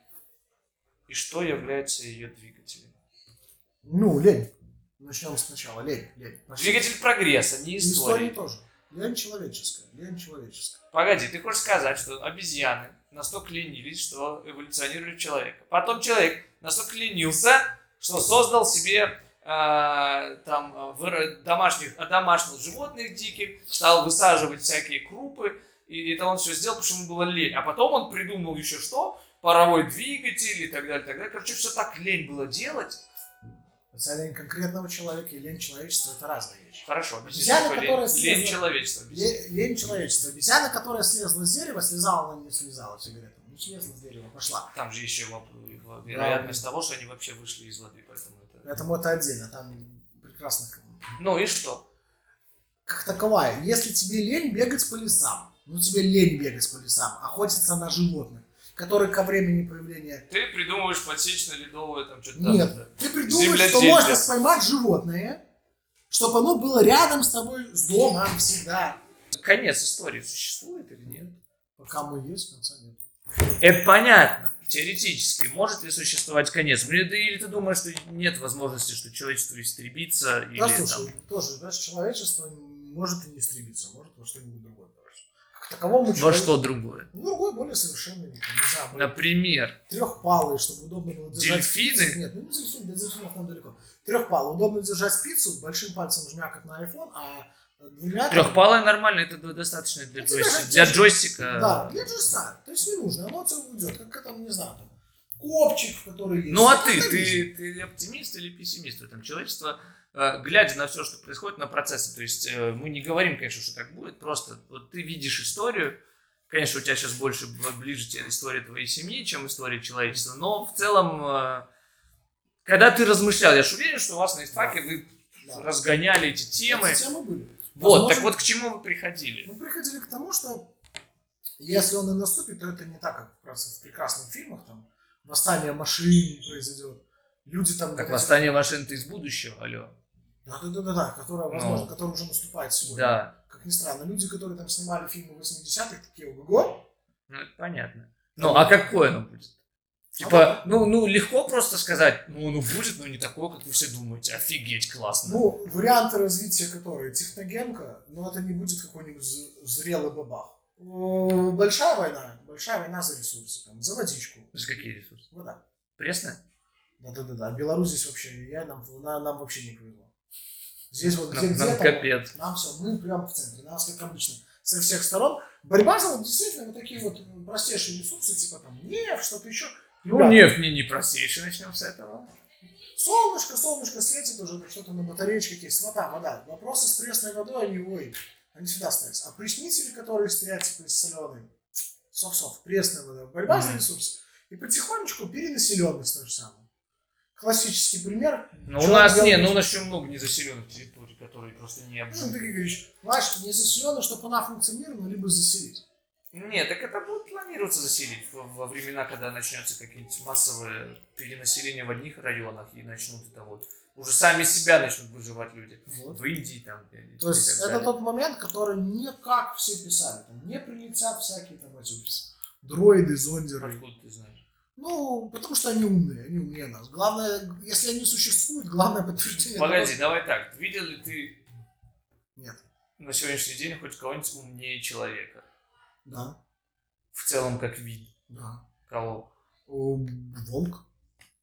И что является ее двигателем? Ну, лень. Начнем сначала. Лень, лень. Двигатель прогресса, не И истории. История тоже. Лень человеческая. Лень человеческая. Погоди, ты хочешь сказать, что обезьяны настолько ленились, что эволюционировали в человека. Потом человек настолько ленился, что создал себе э, там э, выра- домашних, одомашнил животных диких, стал высаживать всякие крупы, и это он все сделал, потому что ему было лень. А потом он придумал еще что? Паровой двигатель и так далее, и так далее. Короче, все так лень было делать. Хотя лень конкретного человека и лень человечества это разные вещи. Хорошо, объясни, Обезьяны, какой лень. которые Лень съездят- человечества. объясни. Ле- Лень человечества. Обезьяна, которая слезла с дерева, слезала, она не слезала все говорят, Не слезла с дерева, пошла. Там же еще воп- вероятность того, что они вообще вышли из воды, поэтому это... Поэтому это отдельно. Там прекрасных Ну и что? как таковая. Если тебе лень бегать по лесам, ну тебе лень бегать по лесам, охотиться на животных, которые ко времени появления Ты придумываешь подсечно-ледовое там что-то Нет, там. ты придумаешь, что Земледелие. можно поймать животное, чтобы оно было рядом с тобой, с домом всегда. Конец истории существует или нет? Пока мы есть, конца нет. Это понятно. Теоретически, может ли существовать конец? Или ты, или ты думаешь, что нет возможности, что человечество истребится? Или, Да, там- слушай, тоже, знаешь, человечество может и не истребиться, может во что-нибудь другое. превратиться. Как таковому во человек- что другое? Ну, другой более совершенный, там, не знаю, более Например, трехпалый, чтобы удобно было держать. Дельфины? пиццу. Нет, ну не дельфины, до дельфинов там далеко. Трехпалый, удобно держать пиццу, большим пальцем жмя, как на iPhone, а двумя... трехпалая нормально, это до- достаточно для У тебя же джойстика. Для джойстик. джойстика. Да, для джойста. То есть не нужно, оно все уйдет. Как там, не знаю, там, копчик, который есть. Ну а Это ты, отлично. ты, ты оптимист или пессимист в этом? Человечество, э, глядя на все, что происходит, на процессы, то есть э, мы не говорим, конечно, что так будет, просто вот ты видишь историю, конечно, у тебя сейчас больше бл- ближе тебе история твоей семьи, чем история человечества, но в целом, э, когда ты размышлял, я же уверен, что у вас на Истфаке вы Да. разгоняли эти темы. Эти темы были. Вот, Возможно, так вот к чему вы приходили? Мы приходили к тому, что если он и наступит, то это не так, как как раз в прекрасных фильмах, там, восстание машин произойдет, Люди там... Так эти- восстание Вашингтона из будущего, алло. Да-да-да, которая, возможно, которая уже наступает сегодня. Ну. Да, Как ни странно, люди, которые там снимали фильмы 80-х, такие, ого, ну это понятно. Ну, а какое оно будет? Типа, ну, ну, легко просто сказать, ну, ну будет, но не такое, как вы все думаете. Офигеть, классно. Ну, варианты развития которые техногенка, но это не будет какой-нибудь з- зрелый бабах. О, Большая война, большая война за ресурсы, там, за водичку, За какие ресурсы? вода. Пресно? Да-да-да, Беларусь здесь вообще, я, нам, на- нам вообще не повезло. Здесь вот Нам, где-где нам там, капец. нам все, мы прям в центре, нас как обычно со всех сторон. Борьба за вот действительно вот такие вот м, простейшие ресурсы, типа там нефть, что-то еще. Ну, нефть не, не просеешь, начнем с этого. Солнышко, солнышко светит уже, ну, что-то на батареечках есть. Вода, вода. Вопросы с пресной водой, они, ой, они всегда остаются. А преснители, которые стоят, типа, из соленой, сов-сов, пресная вода, борьба за ресурс. И потихонечку перенаселенность то же самое. Классический пример. Ну, у Чё нас он не, делает? ну, у нас еще много незаселенных территорий, которые просто не Ну, обжиты. ты говоришь, Маш, не заселено, чтобы она функционировала, либо заселить. Нет, так это будет планироваться заселить во, во времена, когда начнется какие-нибудь массовое перенаселение в одних районах и начнут это вот. Уже сами себя начнут выживать люди. Вот. В Индии там. и- То и есть так это далее. тот момент, который не как все писали. Там не прилетят всякие там эти дроиды, зондеры. Откуда ты знаешь? Ну, потому что они умные, они умнее нас. Главное, если они существуют, главное подтверждение. Погоди, давай так. Видел ли ты Нет. на сегодняшний день хоть кого-нибудь умнее человека? Да, В целом, как вид. да. Кого? О, волк.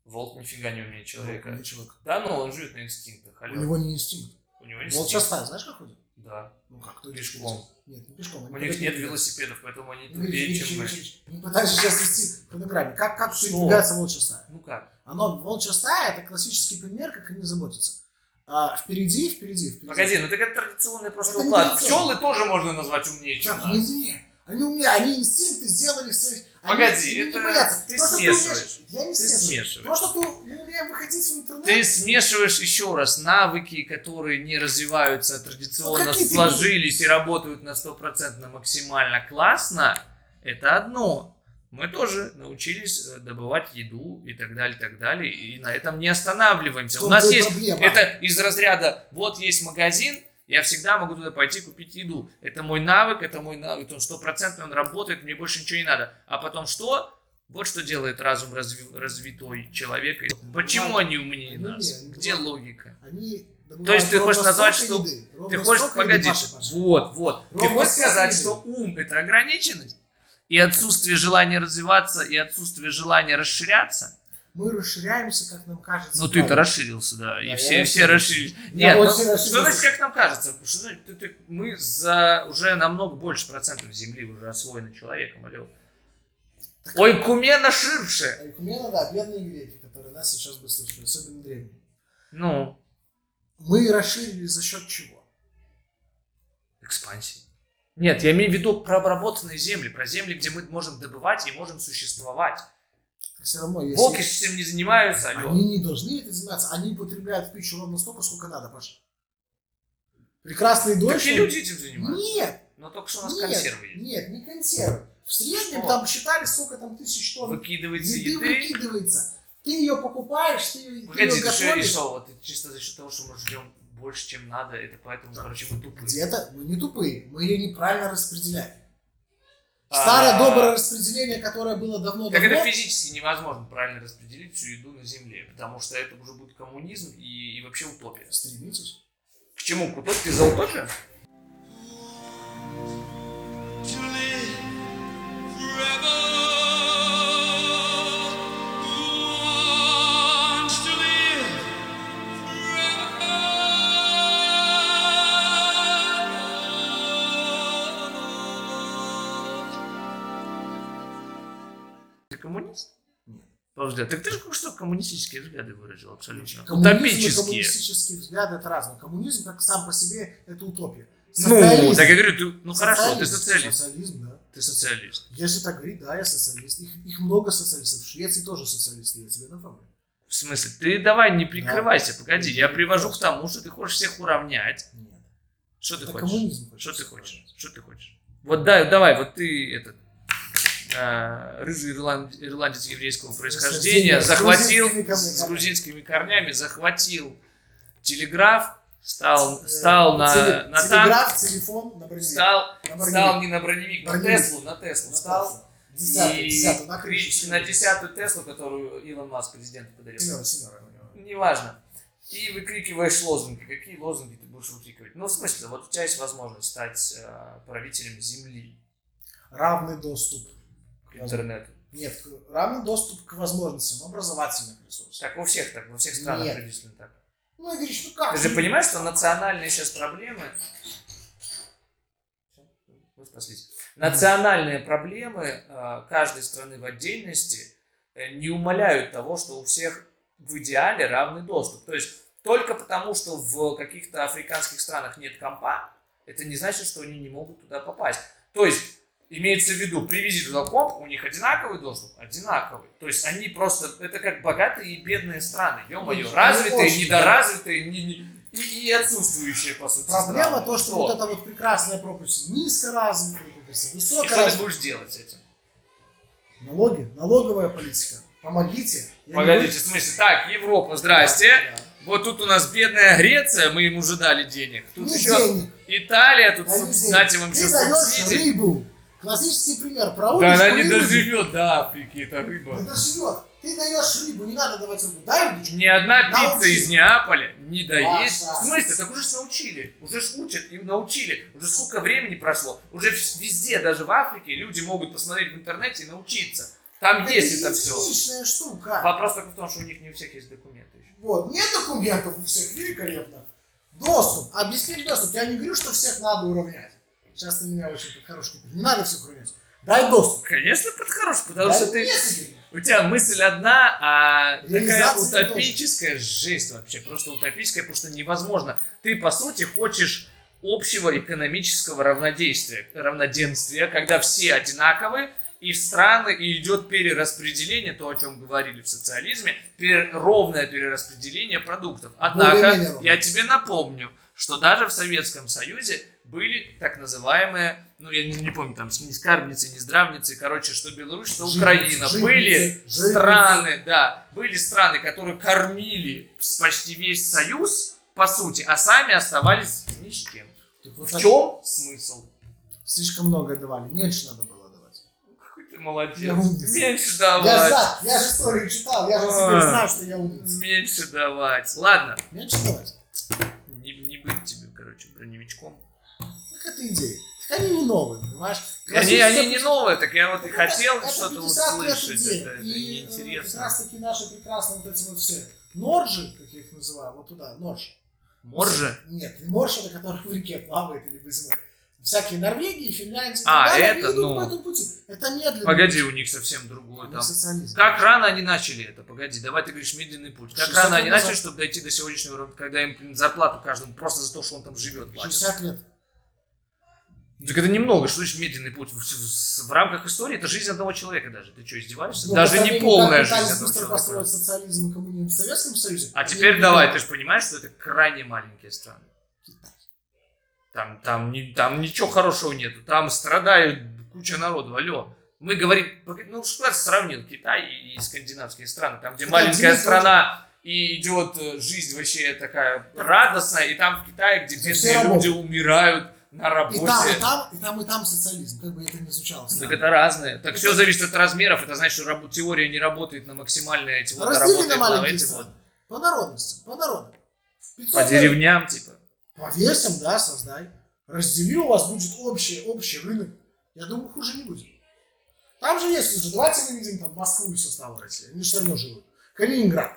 Волк нифига не умнее человека. Волк, не человек. Да, но он живет на инстинктах. Ну, У алло. него не инстинкт. У него Волк инстинкт. частая, знаешь, как ходит? Да. Ну как, кто Пешком. Нет, не пешком. У они них ходят нет на велосипеде. велосипедов, поэтому они Ну, тупее, видишь, чем мы. видишь, видишь. Не пытайся сейчас вести фонограмме. Как, как Что? передвигается волчья стая? Ну как? Оно, волчья стая, это классический пример, как они заботятся. А, впереди, впереди, впереди. Погоди, ну так это традиционный просто Это не уклад. традиционно. Пчелы тоже можно назвать умнее, чем Так, нас. не, не, ну они у меня, они инстинкты сделали свои. они- Погоди, они не это боятся. ты Просто смешиваешь. умеешь- Я не Ты смешиваю. смешиваешь. Просто ты не умеешь выходить в интернет. Ты смешиваешь еще раз навыки, которые не развиваются, а традиционно Ну, какие ты сложились и работают на стопроцентно максимально классно, это одно. Мы тоже научились э, добывать еду и так далее, так далее, и на этом не останавливаемся. В У том-то нас и есть, проблема. это из разряда, вот есть магазин, я всегда могу туда пойти купить еду. Это мой навык, это мой навык, он стопроцентный, он работает, мне больше ничего не надо. А потом что? Вот что делает разум разви- развитой человека. Почему они умнее Ну, нас? не, ну, Где ладно. Ну, логика? Они То есть ты хочешь добывают ровно назвать, что... столько еды, ровно Ты хочешь... столько еды, Погоди. Маша, Маша. Вот, вот. Ты Ровно хочешь столько сказать, еды. что ум — это ограниченность? И отсутствие желания развиваться, и отсутствие желания расширяться? Мы расширяемся, как нам кажется. Ну ты-то правильно. расширился, да. И Да, все, я все расширились. Я Нет, ну, очень что расширился. значит, как нам кажется? Что значит, ты- ты- мы за уже намного больше процентов земли уже освоено человеком, алло. Ой, кумена ширше. А У меня, да, бедные греки, которые нас сейчас бы слышали, особенно древние. Ну, Мы расширились за счет чего? экспансии. Нет, я имею в виду про обработанные земли, про земли, где мы можем добывать и можем существовать. Все равно есть... Волки ж этим не занимаются, алло. Они не должны этим заниматься. Они потребляют пищу ровно столько, сколько надо, Паша. Прекрасные Так дочери... и люди этим занимаются. Нет, Но только что у нас нет, консервы есть. нет, не консервы. В среднем Что? там считали, сколько там тысяч тонн Выкидывается ну, еды еды. выкидывается. Ты ее покупаешь, ты ее, ты Погоди, ее ты что готовишь. решил? Вот чисто за счет того, что мы жрем больше, чем надо, это поэтому, короче, мы тупые. Где-то мы не тупые, мы ее неправильно распределяем. А. Старое доброе распределение, которое было давно Так давно, это физически невозможно правильно распределить всю еду на Земле, потому что это уже будет коммунизм и, и вообще утопия. стремитесь. К чему? К утопии за утопию? To live forever. Wants to live forever. Ты коммунист? По взгляду. Так ты же что коммунистические взгляды выразил абсолютно. Коммунизм и Утопические. коммунистические взгляды это разное. Коммунизм как сам по себе это утопия. Ну, Социализм. так я говорю, ты, ну хорошо, Социализм. ты социалист. Социализм, да. Ты социалист. Если так говорить, да, я социалист. Их, их много социалистов. В Швеции тоже социалисты, я тебе напомню. В смысле, ты давай не прикрывайся, погоди, я привожу к тому, что ты хочешь всех уравнять. Нет. Что ты Это хочешь? коммунизм Что ты хочется хочешь? сказать. Что ты хочешь? Вот да, давай, вот ты этот. э, рыжий ирланд- ирландец еврейского происхождения Происхождения, с захватил грузинскими корнями. с грузинскими корнями, захватил телеграф, стал, стал на, Э, Теле- на танк, телеграф, телефон, на броневик. стал, На броневик. стал не на броневик, на Броневик. Теслу, на Теслу На стал. Теслу. Десятый, И десятый, на крыше. кричит на десятую Теслу, которую Илон Маск президенту подарил. Семёра, Семёра у него. Неважно. И выкрикиваешь лозунги. Какие лозунги ты будешь выкрикивать? Ну, в смысле, вот у тебя есть возможность стать э, правителем Земли Равный доступ. к интернету. Нет, к- равный доступ к возможностям, образовательных ресурсов. Так у всех так, во всех странах Нет. приблизительно так. Ну и говоришь, ну как? Ты же понимаешь, что национальные сейчас проблемы... Вы спаслись. Национальные проблемы э, каждой страны в отдельности э, не умаляют того, что у всех в идеале равный доступ. То есть только потому, что в каких-то африканских странах нет компа, это не значит, что они не могут туда попасть. То есть имеется в виду, привези туда комп, у них одинаковый доступ, одинаковый. То есть они просто, это как богатые и бедные страны, ё-моё, Ну, развитые, очень, да. недоразвитые не- не- и, и отсутствующие, по сути, Проблема страны. то, что вот эта вот прекрасная пропасть низкоразвитая, как говорится, И что ты высокоразвитая. будешь делать с этим? Налоги, налоговая политика. Помогите. Я не Погодите, буду- в смысле, так, Европа, здрасте. Да. Вот тут у нас бедная Греция, мы им уже дали денег. Тут Ну, еще денег. Италия, тут Они суб- здесь. знаете, вам Ты еще даешь субсидии. рыбу. Классический пример. Да Проводишь она не рыбу. доживет до Африки, эта рыба. Не доживет. Ты даешь рыбу, не надо давать рыбу. Дай рыбу. Ни одна Научи. пицца из Неаполя не доест. Паша. В смысле? Так уже ж научили. Уже ж учат, им научили. Уже сколько времени прошло. Уже вс- везде, даже в Африке, люди могут посмотреть в интернете и научиться. Там есть это все. Отличная штука. Вопрос только в том, что у них не у всех есть документы еще. Вот, нет документов у всех, великолепно. Доступ, объяснить доступ. Я не говорю, что всех надо уравнять. Сейчас ты меня очень хороший. Не надо всех уравнять. Дай доступ. Конечно, под хорош, потому Дай что ты... если- У тебя мысль одна, а такая Реализация не утопическая жесть вообще. Просто утопическая, потому что невозможно. Ты, по сути, хочешь общего экономического равнодействия, равноденствия, когда все одинаковы, и в страны, и идет перераспределение, то, о чем говорили в социализме, пере- ровное перераспределение продуктов. Более-менее Однако, ровно. я тебе напомню, что даже в Советском Союзе были так называемые, ну я не, не помню, там ни скарбницы, ни здравницы, короче, что Беларусь, что Житницы, Украина. житницы, были житницы. страны, да, были страны, которые кормили почти весь Союз, по сути, а сами оставались ни с чем. Так вот В Ну, так чем смысл? Слишком много давали. Меньше надо было давать. Какой ты молодец. Я умница. Меньше Я, давать. за, я же историю читал, я же А. теперь знаю, что я умница. Меньше давать. Ладно, Меньше давать. не, не быть тебе, короче, броневичком. Как это идея? Так они не новые, понимаешь? Они, они не Классическая- новые, так я вот и Ну, Это- хотел это что-то 50 лет услышать. идеи. Это, это И, э, неинтересно. Как раз таки наши прекрасные вот эти вот все норжи, как я их называю, вот туда, норж. Морже? Нет, не морж, это который в реке плавает или без моря. Всякие Норвегии, Финляндии, А, Далее, это, они идут ну. по этому пути. Это медленно. Погоди, у них совсем другое Ну, там. социализм. Как рано они начали это? Погоди, давай ты говоришь медленный путь. Как 60 рано они лет назад. начали, чтобы дойти до сегодняшнего уровня, когда им блин, зарплату каждому просто за то, что он там живет, платят. 60 лет. Так это немного, что значит медленный путь? В, в- в рамках истории это жизнь одного человека даже. Ты что, издеваешься? Ну, по даже не сравнению, полная как жизнь пытались одного быстро человека. построить социализм и коммунизм в Советском Союзе. А они теперь не давай, ты делают. же понимаешь, что это крайне маленькие страны. Там, там, ни- там ничего хорошего нету, там страдают куча народу, алло. Мы говорим, ну что я сравнил Китай и, и скандинавские страны, там где Да, маленькая действительно. страна и идет э, жизнь вообще такая радостная, и там в Китае, где Все бедные работают. люди умирают на работе. И там, и там, и там, и там социализм, как бы это ни звучало. Так это разное. Так все зависит от размеров. Это значит, что рабо- теория не работает на максимальное, эти вот а Раздели на работает на маленькие эти вот. страны. По народности, по народу. 500 По лет. деревням, типа. По версиям, да, создай. Раздели, у вас будет общий, общий рынок. Я думаю, хуже не будет. Там же есть уже. Давайте мы видим там Москву и состава России. Они все равно живут. Калининград.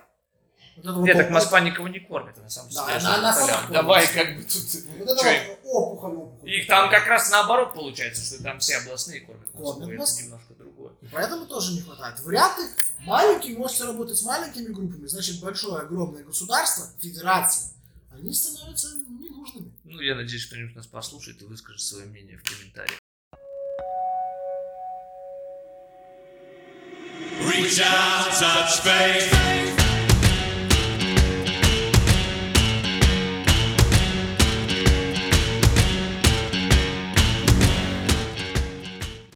Вот это Ну, вот Нет, так опухоль. Москва никого не кормит, на самом Да, деле. она- она сама Полян. кормит. Давай, как бы тут... Вот это чё им- вот опухоль, опухоль. Их там как раз наоборот получается, что там все областные кормят Кормят Москву, это Москву. немножко другое. И поэтому тоже не хватает. Варианты маленькие, можете работать с маленькими группами. Значит, большое, огромное государство, федерация, они становятся ненужными. Ну, я надеюсь, кто-нибудь нас послушает и выскажет свое мнение в комментариях. Reach out, touch faith.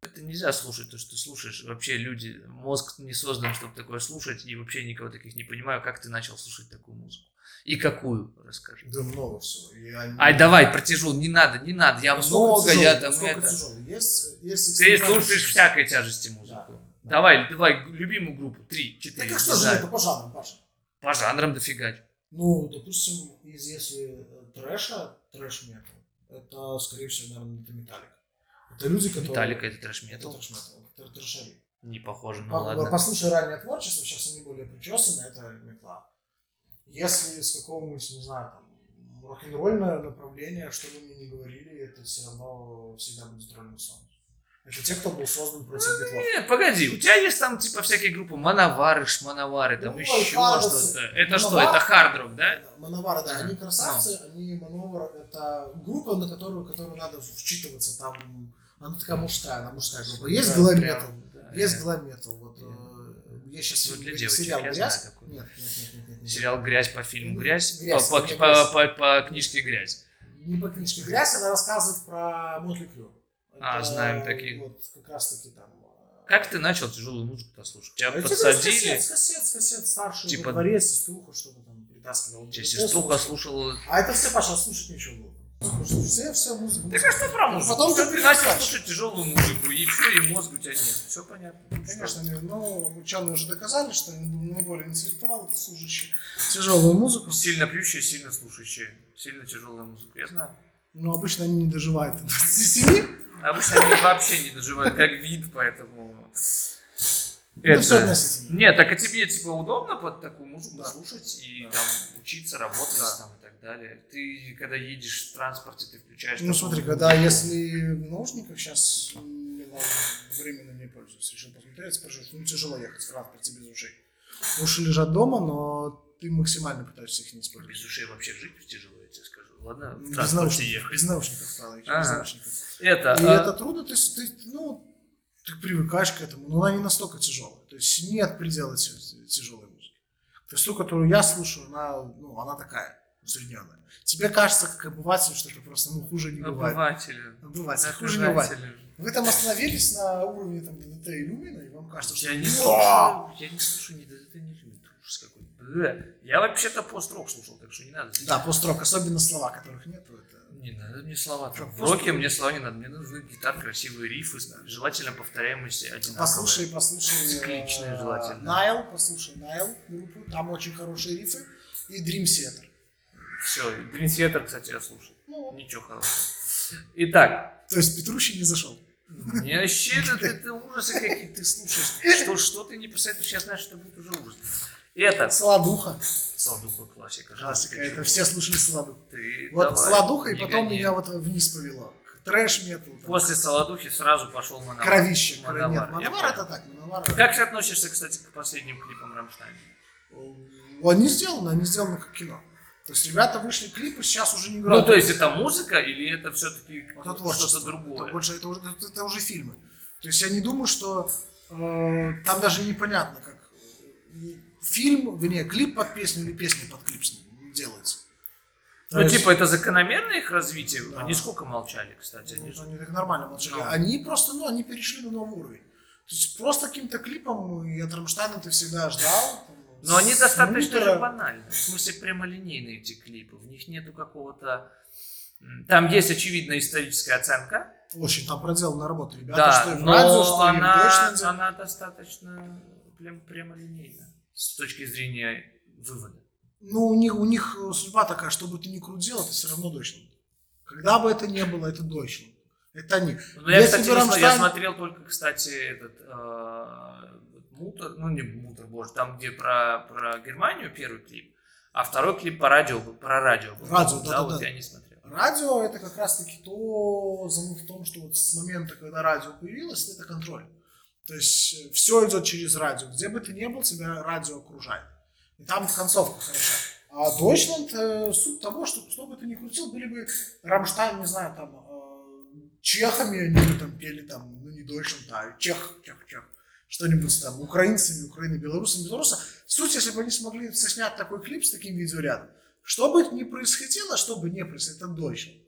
Это нельзя нельзя слушать то, что ты слушаешь. Вообще люди, мозг не создан, чтобы такое слушать, и вообще никого таких не понимаю, как ты начал слушать такую музыку. И какую, расскажи. Да много всего. И они- Ай, давай, протяжу, не надо, не надо, я Насколько много, тяжело, я А там насколько это. тяжело. Есть, есть Ты эксперименты. слушаешь всякой тяжести музыку. Давай, давай, любимую группу, три, Так четыре, а не что же знаю. это по жанрам, Паша? По жанрам дофигать. Ну, допустим, из если э, трэша, трэш метал, это, скорее всего, наверное, это металлик. Это люди, которые... Металлика это трэш Это метал. трэш метал, это трэшари. Не похоже, ну По- ладно. Послушай раннее творчество, сейчас они более причесаны, это метла. Если с какого-нибудь, не знаю, там, рок-н-ролльное направление, что бы мне ни говорили, это все равно всегда будет Rolling Stones. Это те, кто был создан против Битлов. Нет, погоди, у тебя есть там типа всякие группы Мановары, Шмановары, там Ну, еще Хардовцы. что-то. Это что, Мановар. это хардрок, да? Мановары, да, они Мгм. красавцы, они мановары, это группа, на которую, которую надо вчитываться, там, она такая мужская, она мужская группа. Есть Да, глэм прям, метал, да, есть я- глэм метал, вот, Я- э, я сейчас Вот для девочек, сериал я «Грязь». знаю такой. Нет, нет, нет, нет, нет, нет. Сериал «Грязь» по фильму «Грязь», Грязь, по, по- это по- «Грязь». по- по книжке «Грязь». не по книжке «Грязь», она рассказывает про Мотли Крю. А, Это знаем таких. Вот как раз-таки там... э, Как ты начал тяжелую музыку-то слушать? Тебя а эти С подсадили? кассет, с кассет, с кассет, старший Типа- во дворе, сеструху что-то там притаскивал. Тебя сеструха слушала. А это все, Паша, слушать нечего было. Потому что Все, все музыка. Так а что про музыку? Потом Что ты ты начал перестаешь. слушать тяжелую музыку, и все, и мозг у тебя нет. Все понятно. Конечно, не- но ученые уже доказали, что наиболее интеллектуалы, служащие тяжелую музыку. Сильно пьющие, сильно слушающие. Сильно тяжелая музыка, я знаю. Но обычно они не доживают до Ну, 27. Обычно они А вообще не доживают, как вид, поэтому... Это все относительно. Нет, так а тебе типа удобно под такую музыку слушать и там учиться, работать там и так далее. Ты когда едешь в транспорте, ты включаешь. Ну такую смотри, музыку. когда если в наушниках сейчас временно не пользуюсь, решил посмотреть, спрашиваю, ну тяжело ехать в транспорте без ушей. Уши лежат дома, но ты максимально пытаешься их не использовать. Без ушей вообще жить тяжело, я тебе скажу. Ладно, в Без транспорте наушников, ехать. без наушников стало, ещё, без Ага. наушников. Это, И а, это трудно, то есть ты, ну, ты привыкаешь к этому, но она не настолько тяжелая. То есть нет предела тя- тяжелой музыки. То есть ту, которую я слушаю, она, ну, она такая, усредненная. Тебе кажется, как обывателю, что это просто ну, хуже А не бывает. обыватели. Обыватель, хуже не бывает. Обыватели. Вы там остановились на уровне там, ДДТ и Люмина, и вам кажется, что... Я не «Уа!» слушаю, я не слушаю ни ДДТ, ни Люмин, ты ужас какой. Бэ. Я вообще-то пост-рок слушал, так что не надо. Да, построк, особенно слова, которых нет. это- Не надо мне слова. там. В Просто- роке мне слова не надо. Мне нужны гитар, красивые рифы, желательно повторяемости одинаковые. Послушай, послушай... Цикличные э, желательно. Найл, послушай Найл группу, там очень хорошие рифы, и Dream Theater. Все, Dream Theater, кстати, я слушал. Ну Ничего хорошего. Итак, То есть Петрущий не зашел. мне вообще это, это ужасы какие ты слушаешь. Что, что ты не посоветуешь, я знаю, что будет уже ужас. Это Солодуха. Солдуха классика. Классика, Жесткая. это все слушали Солодуху. Ты Вот давай, Солодуха, и не потом гони. меня вот вниз повело. Трэш метал. там, После Солодухи сразу пошел Мановар. Кровище. кра- Мановар. Нет, я Мановар понял. это так, Мановар. Как ты относишься, кстати, к последним клипам Рамштайн? Они сделаны, они сделаны как кино. То есть ребята вышли клипы, сейчас уже не играют. Ну, то есть это музыка или это все-таки Вот это творчество. что-то другое? Это больше это уже, это- это уже фильмы. То есть я не думаю, что э, там даже непонятно, как э, фильм, вернее, клип под песню или песня под клип с ним делается. То Ну, есть- типа, это закономерное их развитие? Да. Они сколько молчали, кстати? Ну, Они... это же- Они так нормально молчали. Да. Они просто, ну, они перешли на новый уровень. То есть просто каким-то клипом и от Рамштайна ты всегда ждал. там, Но Ну, они с достаточно Мюллера. же банальны. В смысле, прямолинейные эти клипы. В них нету какого-то... м, Там есть, очевидно, историческая оценка. Очень там проделана работа, ребята, да, А что и в но радио, что и в она, Deutschland. она достаточно прям, прямолинейна с точки зрения вывода. Ну, у них, у них э, судьба такая, что бы ты ни крутил, это все равно Deutschland. Когда бы это ни было, это Deutschland. Это они. Но Ну, я, Если кстати, бы не смотрел. я Rammstein- смотрел только, кстати, этот э, Мутер, ну не Мутер, боже, там, где про, про Германию первый клип, а второй клип по радио был, про радио был. Радио, да, да-да-да. вот я не смотрел. Радио это как раз таки то замут в том, что вот с момента, когда радио появилось, это контроль. То есть все идет через радио. Где бы ты ни был, тебя радио окружает. И там концовка хороша. А Deutschland, э, суть того, что что бы ты ни крутил, были бы Рамштайн, не знаю, там э, чехами они бы там пели, там, ну не Deutschland, а чех, чех, чех. Что-нибудь там, украинцами, Украины, белорусами, белорусы. Суть, если бы они смогли соснять такой клип с таким видеорядом, что бы ни происходило, что бы ни происходило, это Deutschland.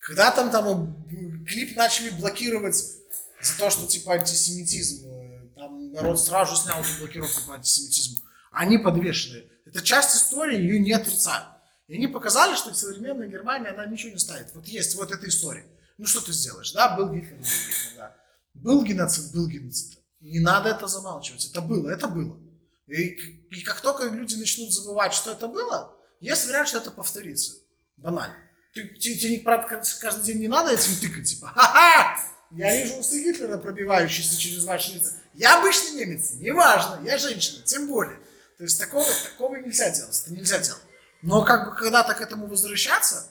Когда там, там э, клип начали блокировать за то, что типа антисемитизм. э, Там народ сразу же снял эту блокировку по антисемитизму. Они подвешены. Это часть истории, ее не отрицают. И они показали, что современная Германия, она ничего не ставит. Вот есть вот эта история. Ну что ты сделаешь, да? Был Гитлер, был Гитлер, да. Был геноцид, был геноцид. Не надо это замалчивать. Это было, это было. И, к- и как только люди начнут забывать, что это было, есть вариант, что это повторится. Банально. Ты, те- тебе, не- правда, кажд- каждый день не надо этим тыкать, типа, ха-ха, я вижу усы Гитлера, пробивающиеся через ваши лица. Я обычный немец, неважно, я женщина, тем более. То есть такого, такого нельзя делать, это нельзя делать. Но как бы когда-то к этому возвращаться,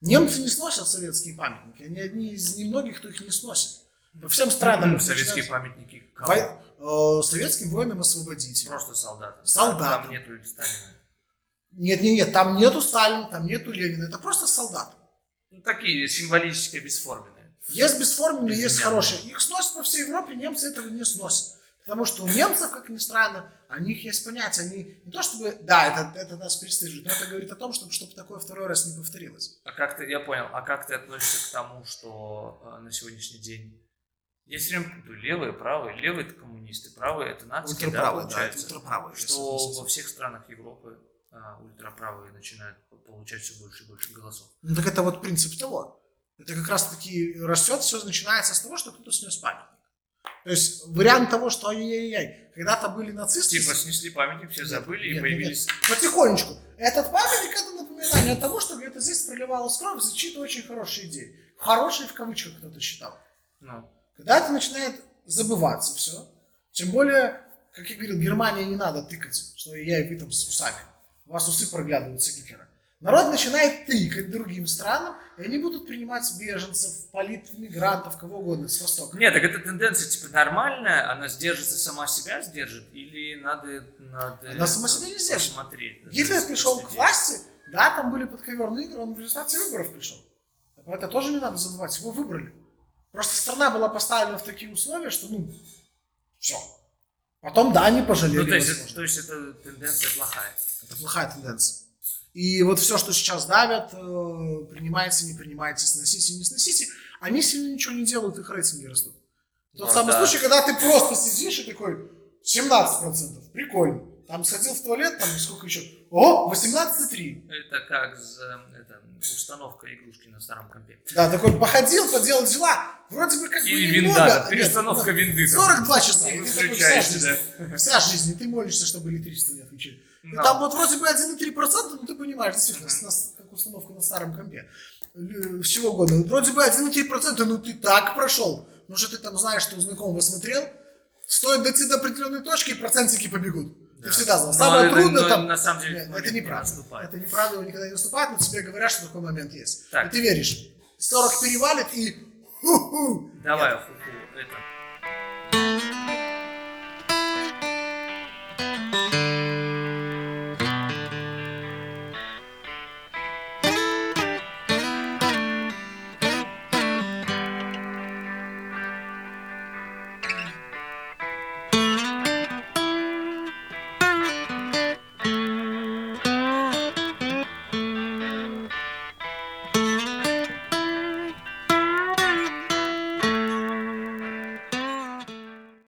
немцы не сносят советские памятники, они одни из немногих, кто их не сносит. По всем странам... Ну, Советские начинают- памятники. кому? Вой- э, Советским воинам-освободителям. Просто солдаты. Солдаты. Там нету и Сталина. Нет, нет, нет, там нету Сталина, там нету Ленина, это просто солдаты. Ну, такие символические, бесформенные. Есть бесформенные, есть Безымянные. хорошие. Их сносят по всей Европе, немцы этого не сносят. Потому что у немцев, как ни странно, у них есть понятие. Они не то чтобы... Да, это, это нас пристыжит, но это говорит о том, чтобы, чтобы такое второй раз не повторилось. А как ты, я понял, а как ты относишься к тому, что э, на сегодняшний день я все время путаю левые, правые. Левые это коммунисты, правые это нацики, да, Ультраправые, да, получается. это ультраправые, я Что согласен. во всех странах Европы э, ультраправые начинают получать все больше и больше голосов. Ну так это вот принцип того. Это как раз таки растет, все начинается с того, что кто-то снес памятник. То есть вариант того, что ай-яй-яй, когда-то были нацисты... Типа снесли памятник, все Нет, забыли и нет, нет, появились. нет. Потихонечку. Этот памятник это напоминание того, что где-то здесь проливалась кровь за чьи-то очень хорошие идеи. Хорошие в кавычках кто-то считал. Ну, Когда это начинает забываться все, тем более, как я говорил, Германии не надо тыкать, что я и вы там с усами. У вас усы проглядываются Гитлера. Народ начинает тыкать другим странам, и они будут принимать беженцев, политмигрантов, кого угодно с Востока. Нет, так эта тенденция типа нормальная, она сдержится сама себя сдержит, или надо, надо Она сама себя не сдержит. посмотреть. Гитлер пришел к Следить. власти, да, там были подковерные игры, он в результате выборов пришел. Это тоже не надо забывать, его выбрали. Просто страна была поставлена в такие условия, что, ну, все. Потом, да, они пожалели. Ну, то есть, возможно. то есть это тенденция плохая. Это плохая тенденция. И вот все, что сейчас давят, э, принимается, не принимается, сносите, не сносите, они сильно ничего не делают, их рейтинги растут. Тот Ну, самый да. случай, когда ты просто сидишь и такой, 17%, прикольно. Там сходил в туалет, там сколько еще, о, 18,3. Это как за это, установка игрушки на старом компе. Да, такой походил, поделал дела. Вроде бы как бы Или немного. винда, Нет, да, перестановка ну, винды. там. 42 часа. И И ты такой, вся выключаешь, жизнь, вся жизнь, и ты молишься, чтобы электричество не отключили. И Да. там вот вроде бы 1,3%, но ты понимаешь, действительно, Мгм. с нас- как установка на старом компе. Э, С чего угодно. Вроде бы 1,3%, ну ты так прошел. Ну что ты там знаешь, что у знакомого смотрел, стоит дойти до определенной точки, и процентики побегут. Да. Ты всегда Но знал. Самое это- трудное но там... на самом деле Нет, ну, этот это момент не неправда. наступает. это неправда, его никогда не наступает, но тебе говорят, что такой момент есть. Так. И ты веришь. 40 перевалит и... ху-ху. Давай, фу-фу, это.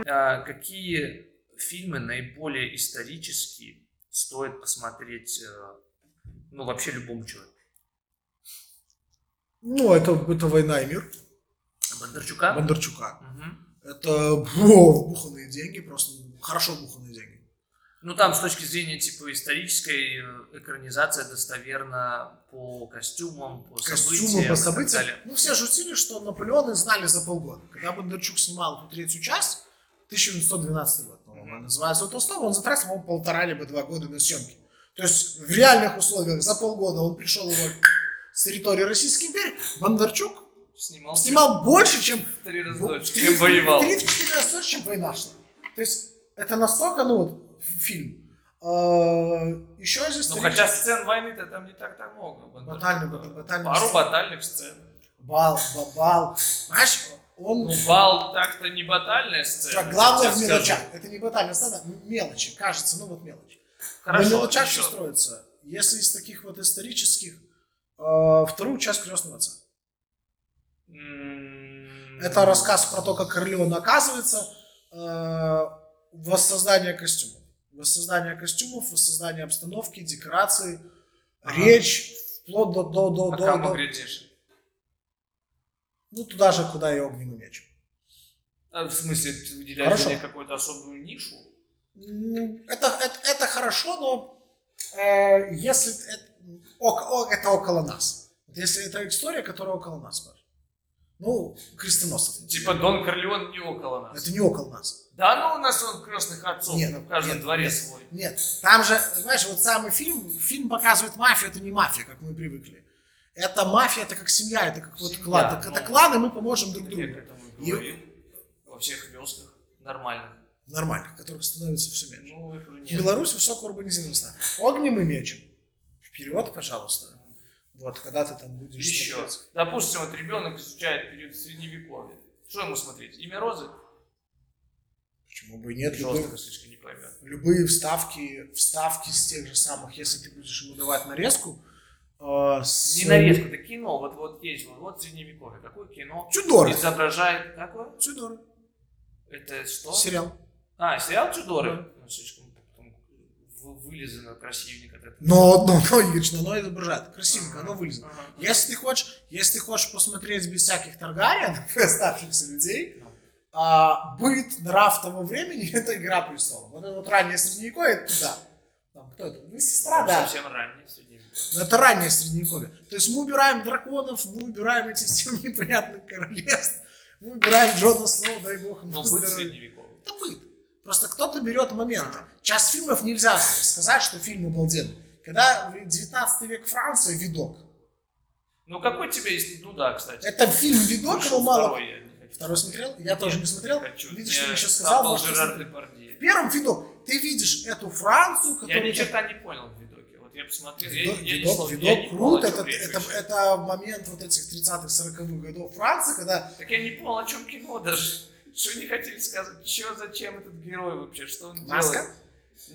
А, какие фильмы наиболее исторические стоит посмотреть, э, ну, вообще любому человеку? Ну, это, это «Война и мир» Бондарчука? Бондарчука. Мгм. Это бо, вбуханные деньги, просто хорошо вбуханные деньги. Ну, там с точки зрения, типа, исторической э, экранизация достоверна по костюмам, по Костюмы событиям и по так событиям. далее. Ну, все шутили, что Наполеоны знали за полгода. Когда Бондарчук снимал эту третью часть, 1912 год, по-моему, Мгм. она называется у Толстого, он затратил, по-моему, полтора либо два года на съемки. То есть в реальных условиях за полгода он пришел его с территории Российской империи. Бондарчук Снимал, снимал больше, чем в три раза Ну, дольше, в чем воевал. 34 раз дольше, чем война шла. То есть это настолько, ну вот, ф- фильм. Еще здесь... Ну, три- хотя сцен войны-то там не так-то много. Бондарчука. Батальный, бат- батальный Пару сцен. батальных сцен. Бал, ба- бал. Знаешь, он... Ну, бал так-то не батальная сцена. Чувак, главное я в тебе мелочах. скажу. Это не батальная сцена, м- мелочи, кажется, ну вот мелочи. Хорошо, На мелочах все еще. строится. Если из таких вот исторических, э, вторую часть крестного отца. М, Это рассказ про то, как Корлеон оказывается. э, Воссоздание костюмов. Воссоздание костюмов, воссоздание обстановки, декорации, речь, вплоть до... до, до, А до, кому до- глядишь? ну, туда же, куда и огненный меч. А, В смысле, ты уделяешь Хорошо. мне какую-то особую нишу? Ну, Это, это, это хорошо, но э, если это, ок- о- это около нас. Вот Если это история, которая около нас. Маша. Ну, крестоносцев. Типа Дон Корлеон не около нас. Это не около нас. Да, ну у нас он крестных отцов Нет, Ну, в каждом нет, дворе нет. свой. Нет, там же, знаешь, вот самый фильм, фильм показывает мафию, это не мафия, как мы привыкли. Это мафия, это как семья, это как вот Семья, клан. Так Это ну. клан, и мы поможем друг Так Я к другу. этому и И- говорил. Во всех вёсках нормальных. Нормальных, которых становится все меньше. Ну, их уже нет. Беларусь высоко урбанизирована. страна. Огнем и мечем. Вперед, пожалуйста. Вот, когда ты там будешь... Еще. смотреть. Допустим, вот ребенок изучает период средневековья. Что ему смотреть? Имя Розы? Почему бы и нет? Любые, Жестко слишком не поймет. любые вставки, вставки с тех же самых, если ты будешь ему давать нарезку, э, с- Не нарезку, это кино. Вот, вот есть, вот, вот средневековье. Какое кино? Тюдоры. Изображает. Какое? Тюдоры. Это что? Сериал. А, сериал Тюдоры. Ну, Слишком там, вы- вылизано красивенько. вот это. Но, но, но, Игорь, но оно изображает. Красивенько, оно Ага, вылезло. ага. Если ты хочешь, если ты хочешь посмотреть без всяких Таргариен, оставшихся людей, а, быт, нрав того времени, это Игра Престолов. Вот это вот раннее Средневековье, это туда. Там, кто это? Ну, сестра, да. Совсем ранний средневековье. Но это раннее средневековье. То есть мы убираем драконов, мы убираем этих всем непонятных королевств, мы убираем Джона Сноу, дай бог Ну, ему быт здоровья. средневековый. Это быт. Просто кто-то берет момент. Час фильмов нельзя сказать, что фильм обалденный. Когда 19 век Франция, видок. Ну, какой тебе есть? Ну, да, кстати. Это фильм видок, Вышел его мало. Второй я не хочу. Второй смотрел? Я тоже не смотрел. Хочу. Видишь, ты Я- мне сейчас там сказал, был может, Жерар ты- Депардье. В первом видок ты видишь эту Францию, Я которая... ни черта не понял в видоке. Вот я посмотрел, я, Видок, я не видок, слов- я видок не понял, крут. о чём Это, речь это, вообще. это момент вот этих 30-х, 40-х годов Франции, когда Так я не понял, о чем кино даже. Что не хотели сказать? Чё, зачем этот герой вообще? Что он Маска? делает?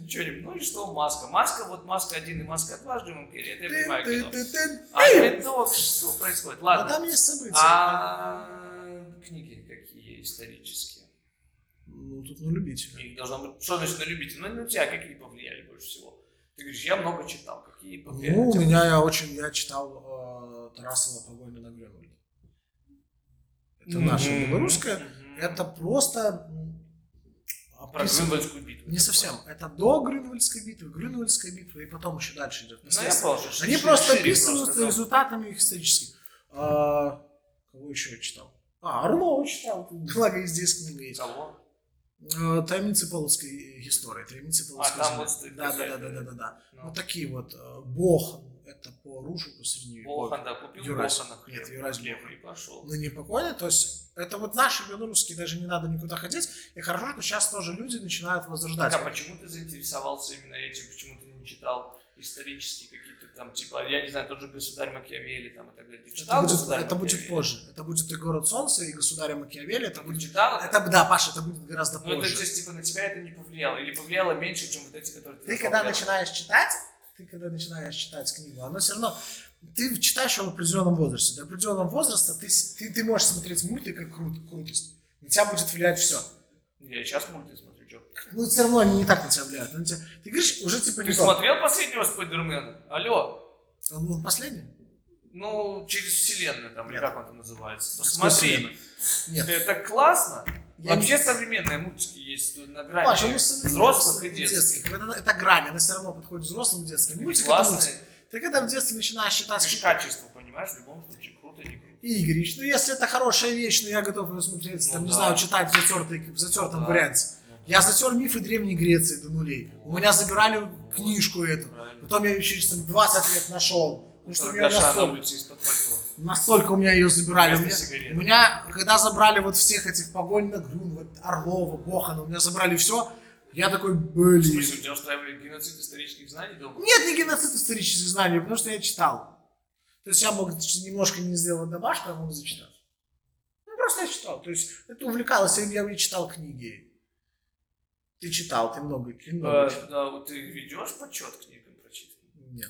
Ничего не... Ну и что маска? Маска, вот маска один и маска два, Джимом Керри. Это я понимаю кино. А А видок, что происходит? Ладно. там есть события. А книги какие исторические? Ну, тут на любителя. Их должно быть... Что значит на любителя? Ну, на тебя какие повлияли больше всего? Ты говоришь, я много читал. Какие повлияли? Типа, Ну, у Тебя- меня я очень, я читал э, Тарасова «Погоня на Гренланде». Это наша Мгм. белорусская. Мгм. Это просто... м, Про описывает- Грюнвальдскую битву. Не совсем. Это до Грюнвальдской битвы, Грюнвальдская битва, и потом еще дальше идет. Ну, я понял, что Они шире- просто шире описываются да. результатами их исторических. А, кого еще я читал? А, Орлова читал. Благо, и здесь книга есть. Кого? Э, Таямницы полоцкой э, истории, таямницы полоцкой А, там земли. вот стоит да, да, такая, да, да, да, да, да. Ну. Вот такие вот. э, Бохан, это по рушу, по средневековью. Бохан, да, купил Юрась. Бохана хлеб. Нет, Юрась хлеб Бохан. и пошел. Ну, не покойно, то есть это вот наши белорусские, даже не надо никуда ходить. И хорошо, что сейчас тоже люди начинают возрождать. Так, а почему ты заинтересовался именно этим? Почему ты не читал исторические какие-то там, типа, я не знаю, тот же государь Макиавелли там и так далее. Ты это читал будет, «Государь это будет Макиавелли»? позже. Это будет и город солнца, и государя Макиавелли. Это Ты будет. читал? Это да, Паша, это будет гораздо Ну, это, позже. то есть, типа, на тебя это не повлияло. Или повлияло меньше, чем вот эти, которые ты Ты назвал когда первым? начинаешь читать, ты когда начинаешь читать книгу, оно все равно ты читаешь его в определенном возрасте. До определенного возраста ты, с- ты, ты можешь смотреть мульты как крут, крутость. На тебя будет влиять все. Я сейчас мульты смотрю, чё. Ну, все равно они не так на тебя влияют. но на тебя- Ты говоришь, уже типа Ты не то. смотрел последнего Спайдермена? Алло. Он, он последний? Ну, через вселенную там, или Нет. как он там называется. Сквозь Посмотри. вселенную. Нет. Это классно. Я Вообще не- современные мультики есть на грани Паша, ну, взрослых и детских. Это, это грань, она все равно подходит взрослым и детским. Мультик это Классные. мультик. Ты когда в детстве начинаешь читать... Это же качество, понимаешь, в любом случае круто не круто. Игорь, ну если это хорошая вещь, ну я готов ее смотреть, Ну там, не да. Ну знаю, читать в затертой- в затертом Да. варианте. Я затер мифы Древней Греции до нулей. У меня забирали книжку эту. Правильно. Потом я ее через там, 20 лет Ну, нашел. Потому что у меня Торгаша на настолько, улице из-под пальто. настолько у меня ее забирали. У Вместо меня, сигарет. у меня, когда забрали вот всех этих погонь на Грюн, вот Орлова, Бохана, у меня забрали все, я такой, В блин. смысле, у тебя устраивает геноцид исторических знаний дома? Нет, не геноцид исторических знаний, потому что я читал. То есть я мог немножко не сделать домашку, а мог зачитать. Ну, просто я читал. То есть это увлекалось, я, я не читал книги. Ты читал, ты много, ты много Э, читал. да, вот ты ведешь подсчет книгам прочитанным? Нет.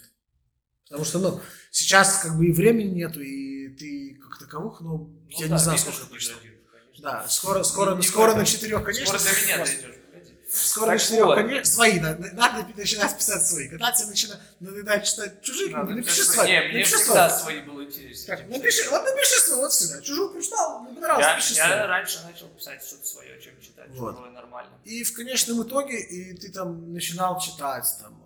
Потому что, ну, сейчас как бы и времени нету, и ты как таковых, ну, Ну я да, не знаю, видно, сколько Ну что прочитал. ты один, Да, скоро, скоро, Не- не скоро в на этом. четырех, конечно. Скоро до меня просто- дойдешь. погоди. Скоро Так на четырех, вот. конечно. Свои, надо, надо начинать писать свои. Когда тебе начина- надоедает читать чужие, Надо книги, напиши писать свои. свои. Не, мне напиши всегда свои. свои было интересно. Так, напиши, вот напиши свои, вот всегда. Чужую прочитал, не понравилось, Я, напиши я свои. раньше начал писать что-то свое, чем читать. Вот. Было нормально. И в конечном итоге, и ты там начинал читать, там,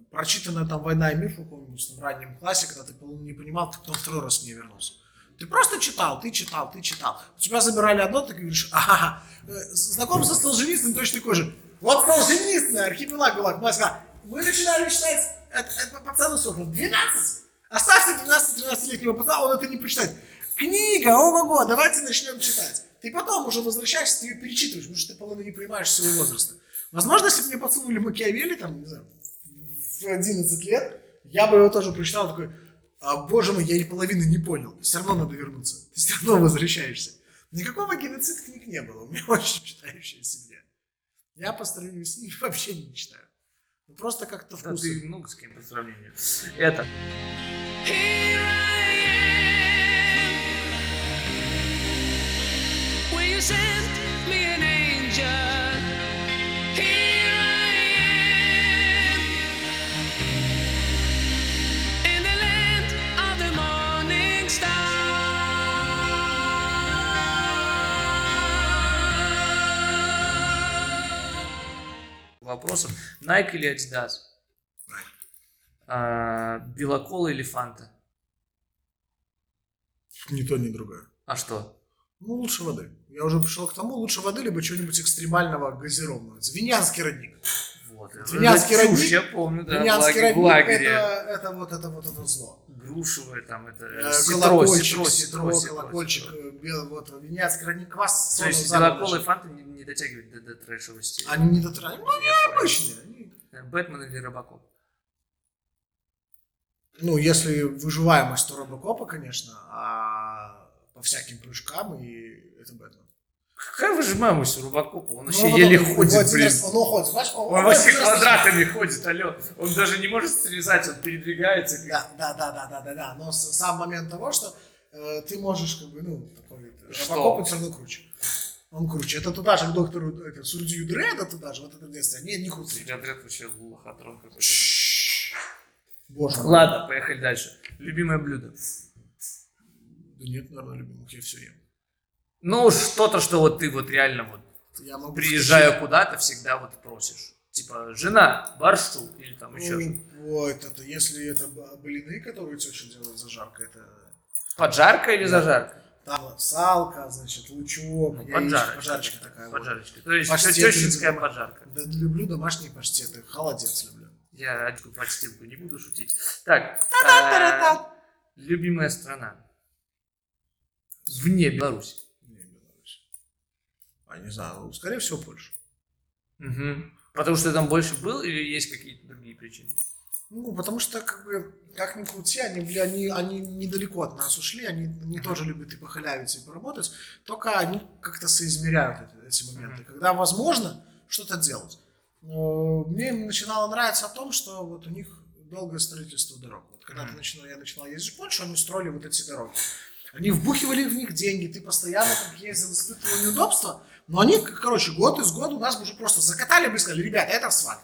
э, прочитанная там «Война и мир» в каком-нибудь там раннем классе, когда ты по-моему, не понимал, ты потом второй раз не вернулся. Ты просто читал, ты читал, ты читал. У тебя забирали одно, ты говоришь, ага, э, знакомство с Солженицыным точно такое же. Вот Солженицын, архипелаг ГУЛАГ, Москва. Мы начинали читать, это, это пацану сколько, 12? Оставьте 12-13-летнего пацана, он это не прочитает. Книга, ого-го, давайте начнем читать. Ты потом уже возвращаешься, ты ее перечитываешь, потому что ты, по-моему, не понимаешь своего возраста. Возможно, если бы мне подсунули Макиавелли, там, не знаю, в 11 лет, я бы его тоже прочитал, такой, а, боже мой, я и половины не понял. Все равно надо вернуться. Ты все равно возвращаешься. Никакого геноцид книг не было. У меня очень читающая семья. Я по сравнению с ними вообще не читаю. Ну, Просто как-то Да, вкусы. ты много с кем по сравнению. Это. Here I am. Will you send me an angel? Here I am. In the land of the morning star. вопросов. Nike или Adidas? А, Белокола или Фанта? Ни то, ни другое. А что? Ну, лучше воды. Я уже пришел к тому, лучше воды, либо чего-нибудь экстремального газированного. Винянский родник. Вот. Винянский Это чушь, родник. Я помню, да. Винянский в родник лагере. это, это вот это вот это зло. Грушевое там, это... ситро, Э, ситро, колокольчик, ситро, ситро, ситро, колокольчик, ситро. э, бел- вот, винятский родник, квас. То есть соном Белокола и заработан. Фанта не, не дотягивают до, до трэшевости. Они не дотра- ну, они обычные. они- Э, Бэтмен или Робокоп? Ну, если выживаемость, то Робокопа, конечно, а по всяким прыжкам и это Бэтмен. Какая вы же маму у Робокопа? Он вообще Ну, вот еле он- его ходит, один блин. раз- Он уходит, знаешь, он- Он он вообще один раз- квадратами ходит, алё. Он даже не может срезать, он передвигается. как- Да, да, да, да, да, да, да. Но с- сам момент того, что э, ты можешь, как бы, ну, такой э, Что? Робокоп, он все равно круче. Он круче. Это туда же к доктору э, это, Сурдию Дреда туда же, вот это детство. Не, не круче. Судья Дред вообще лохотрон какой-то. Боже мой. Ладно, поехали дальше. Любимое блюдо. Да нет, наверное, любимых, я все ем. Ну, что-то, что вот ты вот реально вот Я могу приезжая куда-то, всегда вот просишь. Типа, жена, баршу или там Ну, еще что Ой, это, это- если это б- блины, которые теща делает зажарка, это Поджарка или зажарка? там салка, значит, лучок, Ну, яичко, поджарочка. поджарочка такая. вот. Поджарочка. То есть Паштет тещинская люблю. поджарка. Да люблю домашние паштеты, холодец люблю. Я Аньку подстилку не буду шутить. Так. а, Любимая страна. Вне Беларуси. Не, Беларусь. А не знаю, ну, скорее всего, Польша. Мгм. Потому что ты там больше был или есть какие-то другие причины? Ну, потому что, как бы, как ни крути, они, бля, они, они недалеко от нас ушли, они, они тоже любят и похалявить, и поработать, только они как-то соизмеряют это- эти моменты. Когда возможно что-то делать. Но Мне начинало нравиться о том, что вот у них долгое строительство дорог. Вот когда ты начинал, я начинал ездить в Польшу, они строили вот эти дороги. Они вбухивали в них деньги, ты постоянно как ездил, испытывал неудобства, но они, к- короче, год из года у нас бы уже просто закатали бы и сказали, ребята, это асфальт.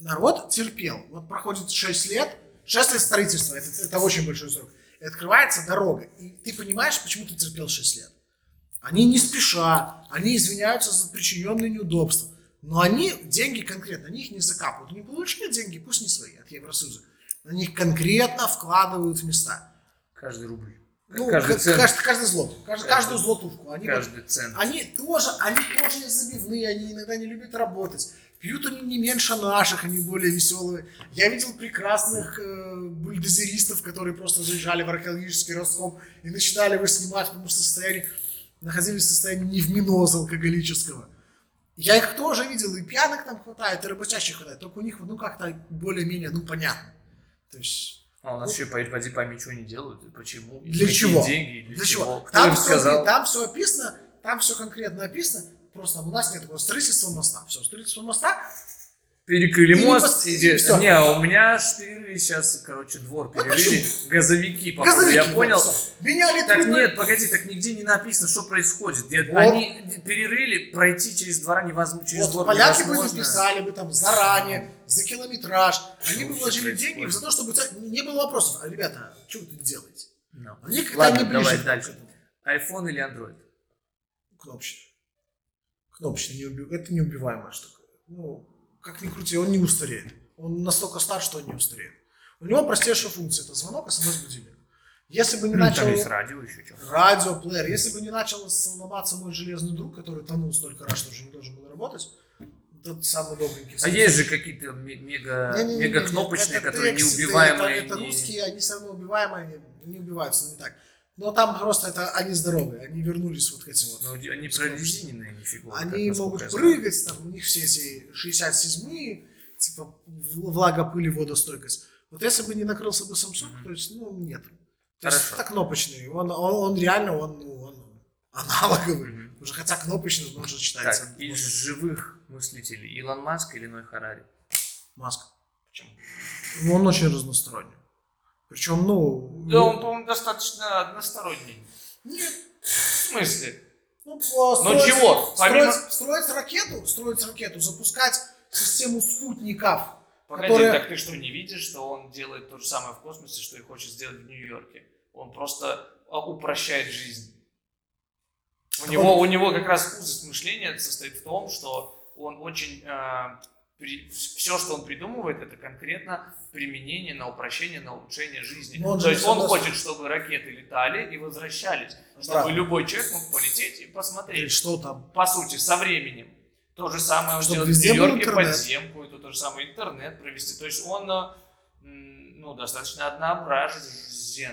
Народ терпел. Вот проходит 6 лет, 6 лет строительства, это, это очень большой срок. И открывается дорога. И ты понимаешь, почему ты терпел 6 лет. Они не спеша, они извиняются за причиненные неудобства. Но они деньги конкретно, они их не закапывают. Не получили деньги, пусть не свои от Евросоюза. На них конкретно вкладывают в места. Каждый рубль. Ну, каждый ка- цент. каждый, каждый злоту. Каждый, Каждый. каждую злотушку. Они, вот- Каждый цент. они тоже, они тоже забивные, они иногда не любят работать. Пьют они не меньше наших, они более веселые. Я видел прекрасных э, бульдозеристов, которые просто заезжали в археологический раскоп и начинали его снимать, потому что состояние, находились в состоянии невминоза алкоголического. Я их тоже видел, и пьяных там хватает, и работящих хватает, только у них, ну, как-то более-менее, ну, понятно. То есть... А у нас еще поди, поди пойми, что они делают, и почему, и Для какие чего? деньги, и для, чего. Кто Там, им все, сказал? там все описано, там все конкретно описано. Просто у нас нет такого строительства моста. Все, строительство моста Перекрыли Или мост. мост, иди- всё. Не, а у меня штырили сейчас, короче, двор перекрыли. Газовики, походу, Газовики, я вот, понял. всё. Меня ли Так трудно? нет, погоди, так нигде не написано, что происходит. Нет, Вот. Они перерыли, пройти через двора невозможно. Через Вот двор поляки бы невозможно. написали бы там заранее, за километраж. Они бы Вообще вложили происходит. деньги за то, чтобы ц- не было вопросов. А, ребята, что вы тут делаете? Ну. Никогда Ладно, не ближе давай к дальше. этому. Айфон или Android? Кнопочный. Кнопочный. Не уби- Это неубиваемая штука. Ну, как ни крути, он не устареет. Он настолько стар, что он не устареет. У него простейшая функция. Это звонок, смс-будильник. Если бы не начал... Ну, Там есть радио еще что-то. радиоплеер. Если бы не начал сломаться мой железный друг, который тонул столько раз, что уже не должен был работать, тот самый добренький. А есть же какие-то ме- мега, Не-не-не-не, мега кнопочные, это которые тексты, неубиваемые. Это, это не- русские, они все равно убиваемые, они не убиваются, ну не так. Но там просто это они здоровые, они вернулись вот к этим вот. Ну, они прорезиненные, нифига. они Ну, как, насколько могут я знаю. прыгать, там у них все эти 67 типа в- влага, пыль и водостойкость. Вот если бы не накрылся бы Samsung, то есть, ну, нет. То есть Хорошо. это кнопочный. Он, он, он реально, он, ну, он аналоговый. Уже хотя кнопочный, но он же читается. Так, из живых мыслителей. Илон Маск или Ной Харари? Маска. Почему? Ну, он очень разносторонний. Причем, ну... Да, ну, он, по-моему, достаточно односторонний. Нет, В смысле? ну, по- Но чего? Строить, Помимо- строить ракету, строить ракету, запускать систему спутников, Погоди, Которая- так ты что, не видишь, что он делает то же самое в космосе, что и хочет сделать в Нью-Йорке? Он просто а, упрощает жизнь. У него, у него как раз узость мышления состоит в том, что он очень... а, все, что он придумывает, это конкретно применение на упрощение, на улучшение жизни. Но Ну, он же То не есть он согласен. хочет, чтобы ракеты летали и возвращались, чтобы Правда. любой человек мог полететь и посмотреть или что там. по сути, со временем. То же самое он Чтоб делает в везде был Нью-Йорке, интернет. подземку, и то, то же самое интернет провести. То есть он, э, м, ну, достаточно однообразен.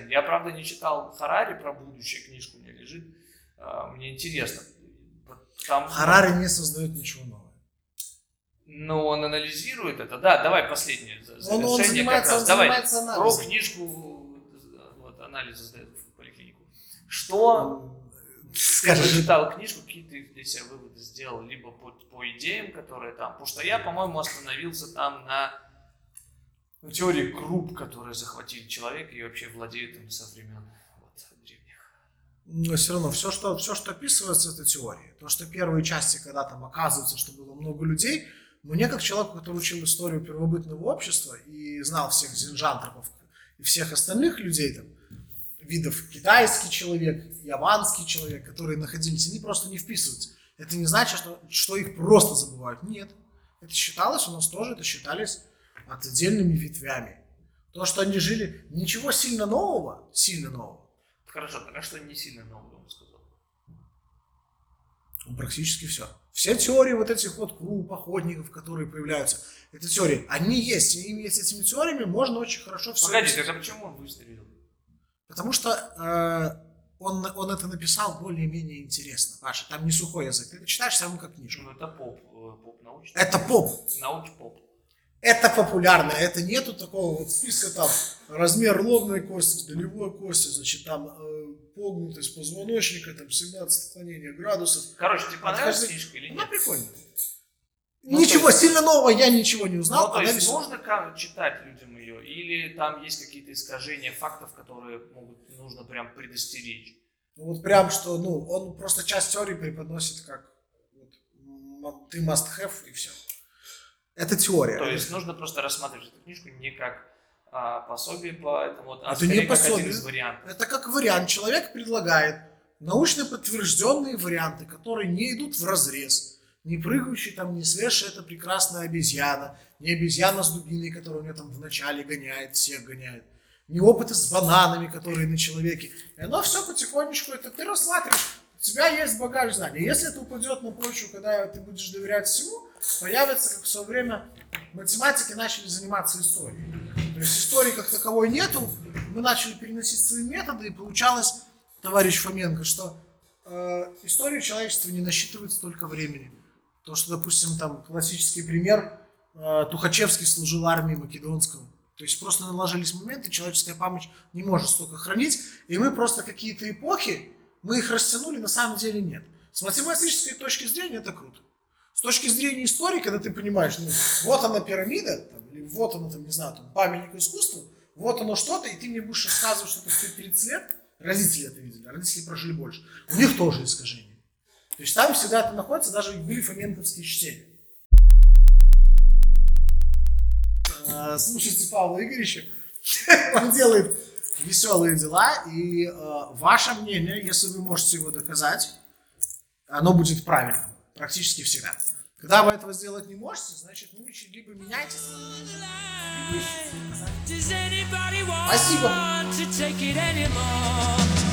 Я, правда, не читал Харари про будущее, книжку у меня лежит. А, Мне интересно. Там, Харари не создает ничего нового. Ну, он анализирует это. Да, давай последнее за- Он, он завершение как занимается, раз. он Давай, занимается про анализом. книжку, э, вот, анализы сдает в поликлинику. Что Скажи. прочитал книжку, какие ты для себя выводы сделал, либо по, по идеям, которые там. Потому что я, по-моему, остановился там на, на теории групп, которые захватили человека и вообще владеют им со времен вот, древних. Но все равно, все что, все, что описывается, это теория. То, что первые части, когда там оказывается, что было много людей, ну, мне, как человеку, который учил историю первобытного общества и знал всех зинжантропов и всех остальных людей, там, видов китайский человек, яванский человек, которые находились, они просто не вписываются. Это не значит, что, что их просто забывают. Нет. Это считалось, у нас тоже это считались отдельными ветвями. То, что они жили, ничего сильно нового, сильно нового, Хорошо, пока что не сильно новое он сказал. Ну, Практически все. Все теории вот этих вот групп охотников, которые появляются, это теории, они есть, и им есть этими теориями можно очень хорошо все. Погоди, тогда почему он выстрелил? Потому что э, он, он это написал более-менее интересно, Паша. Там не сухой язык. Ты это читаешь все равно как книжку. Ну, это поп, э, поп научный. Это поп. Науч-поп. Это популярно. Это нету такого вот списка там размер лобной кости, долевой кости, значит, там э, погнутость позвоночника, там 17 отклонений градусов. Короче, тебе понравилась Отхожу. книжка или Ну, нет? прикольно. Ну, ничего, то есть- сильно нового я ничего не Ну, узнал. то она есть весела. нужно ка- читать людям ее, или там есть какие-то искажения фактов, которые могут нужно прям предостеречь. Ну, Вот прям, что, ну, он просто часть теории преподносит как вот, м- ты must have и все. Это теория. То есть ну, нужно просто рассматривать эту книжку не как а, пособие по этому, вот, а Это скорее не как один пособие. из вариантов. Это как вариант. Человек предлагает научно подтвержденные варианты, которые не идут в разрез. Не прыгающий там, не слезшая это прекрасная обезьяна, не обезьяна с дубиной, которая у нее там вначале гоняет, всех гоняет. Не опыты с бананами, которые на человеке. И оно все потихонечку, это ты рассматриваешь. У тебя есть багаж знаний. Если это упадет на почву, когда ты будешь доверять всему, появится, как в свое время математики начали заниматься историей. То есть истории как таковой нету, мы начали переносить свои методы, и получалось, товарищ Фоменко, что э, историю человечества не насчитывает столько времени. То, что, допустим, там классический пример, э, Тухачевский служил армии Македонского. То есть просто наложились моменты, человеческая память не может столько хранить, и мы просто какие-то эпохи, мы их растянули, на самом деле нет. С математической точки зрения это круто. С С точки зрения истории, когда ты понимаешь, ну, вот она пирамида, там, или вот она, там, не знаю, там, памятник искусству, вот оно что-то, и ты мне будешь рассказывать, что ты в 30 лет, родители это видели, а родители прожили больше. У них тоже искажение. То есть там всегда это находится, даже были фоменковские чтения. Э, Слушайте Павла Игоревича, он делает веселые дела, и э, ваше мнение, если вы можете его доказать, оно будет правильным практически всегда. Когда вы этого сделать не можете, значит, ну, еще либо меняйтесь, либо ищите. Does anybody Спасибо. want to take it anymore?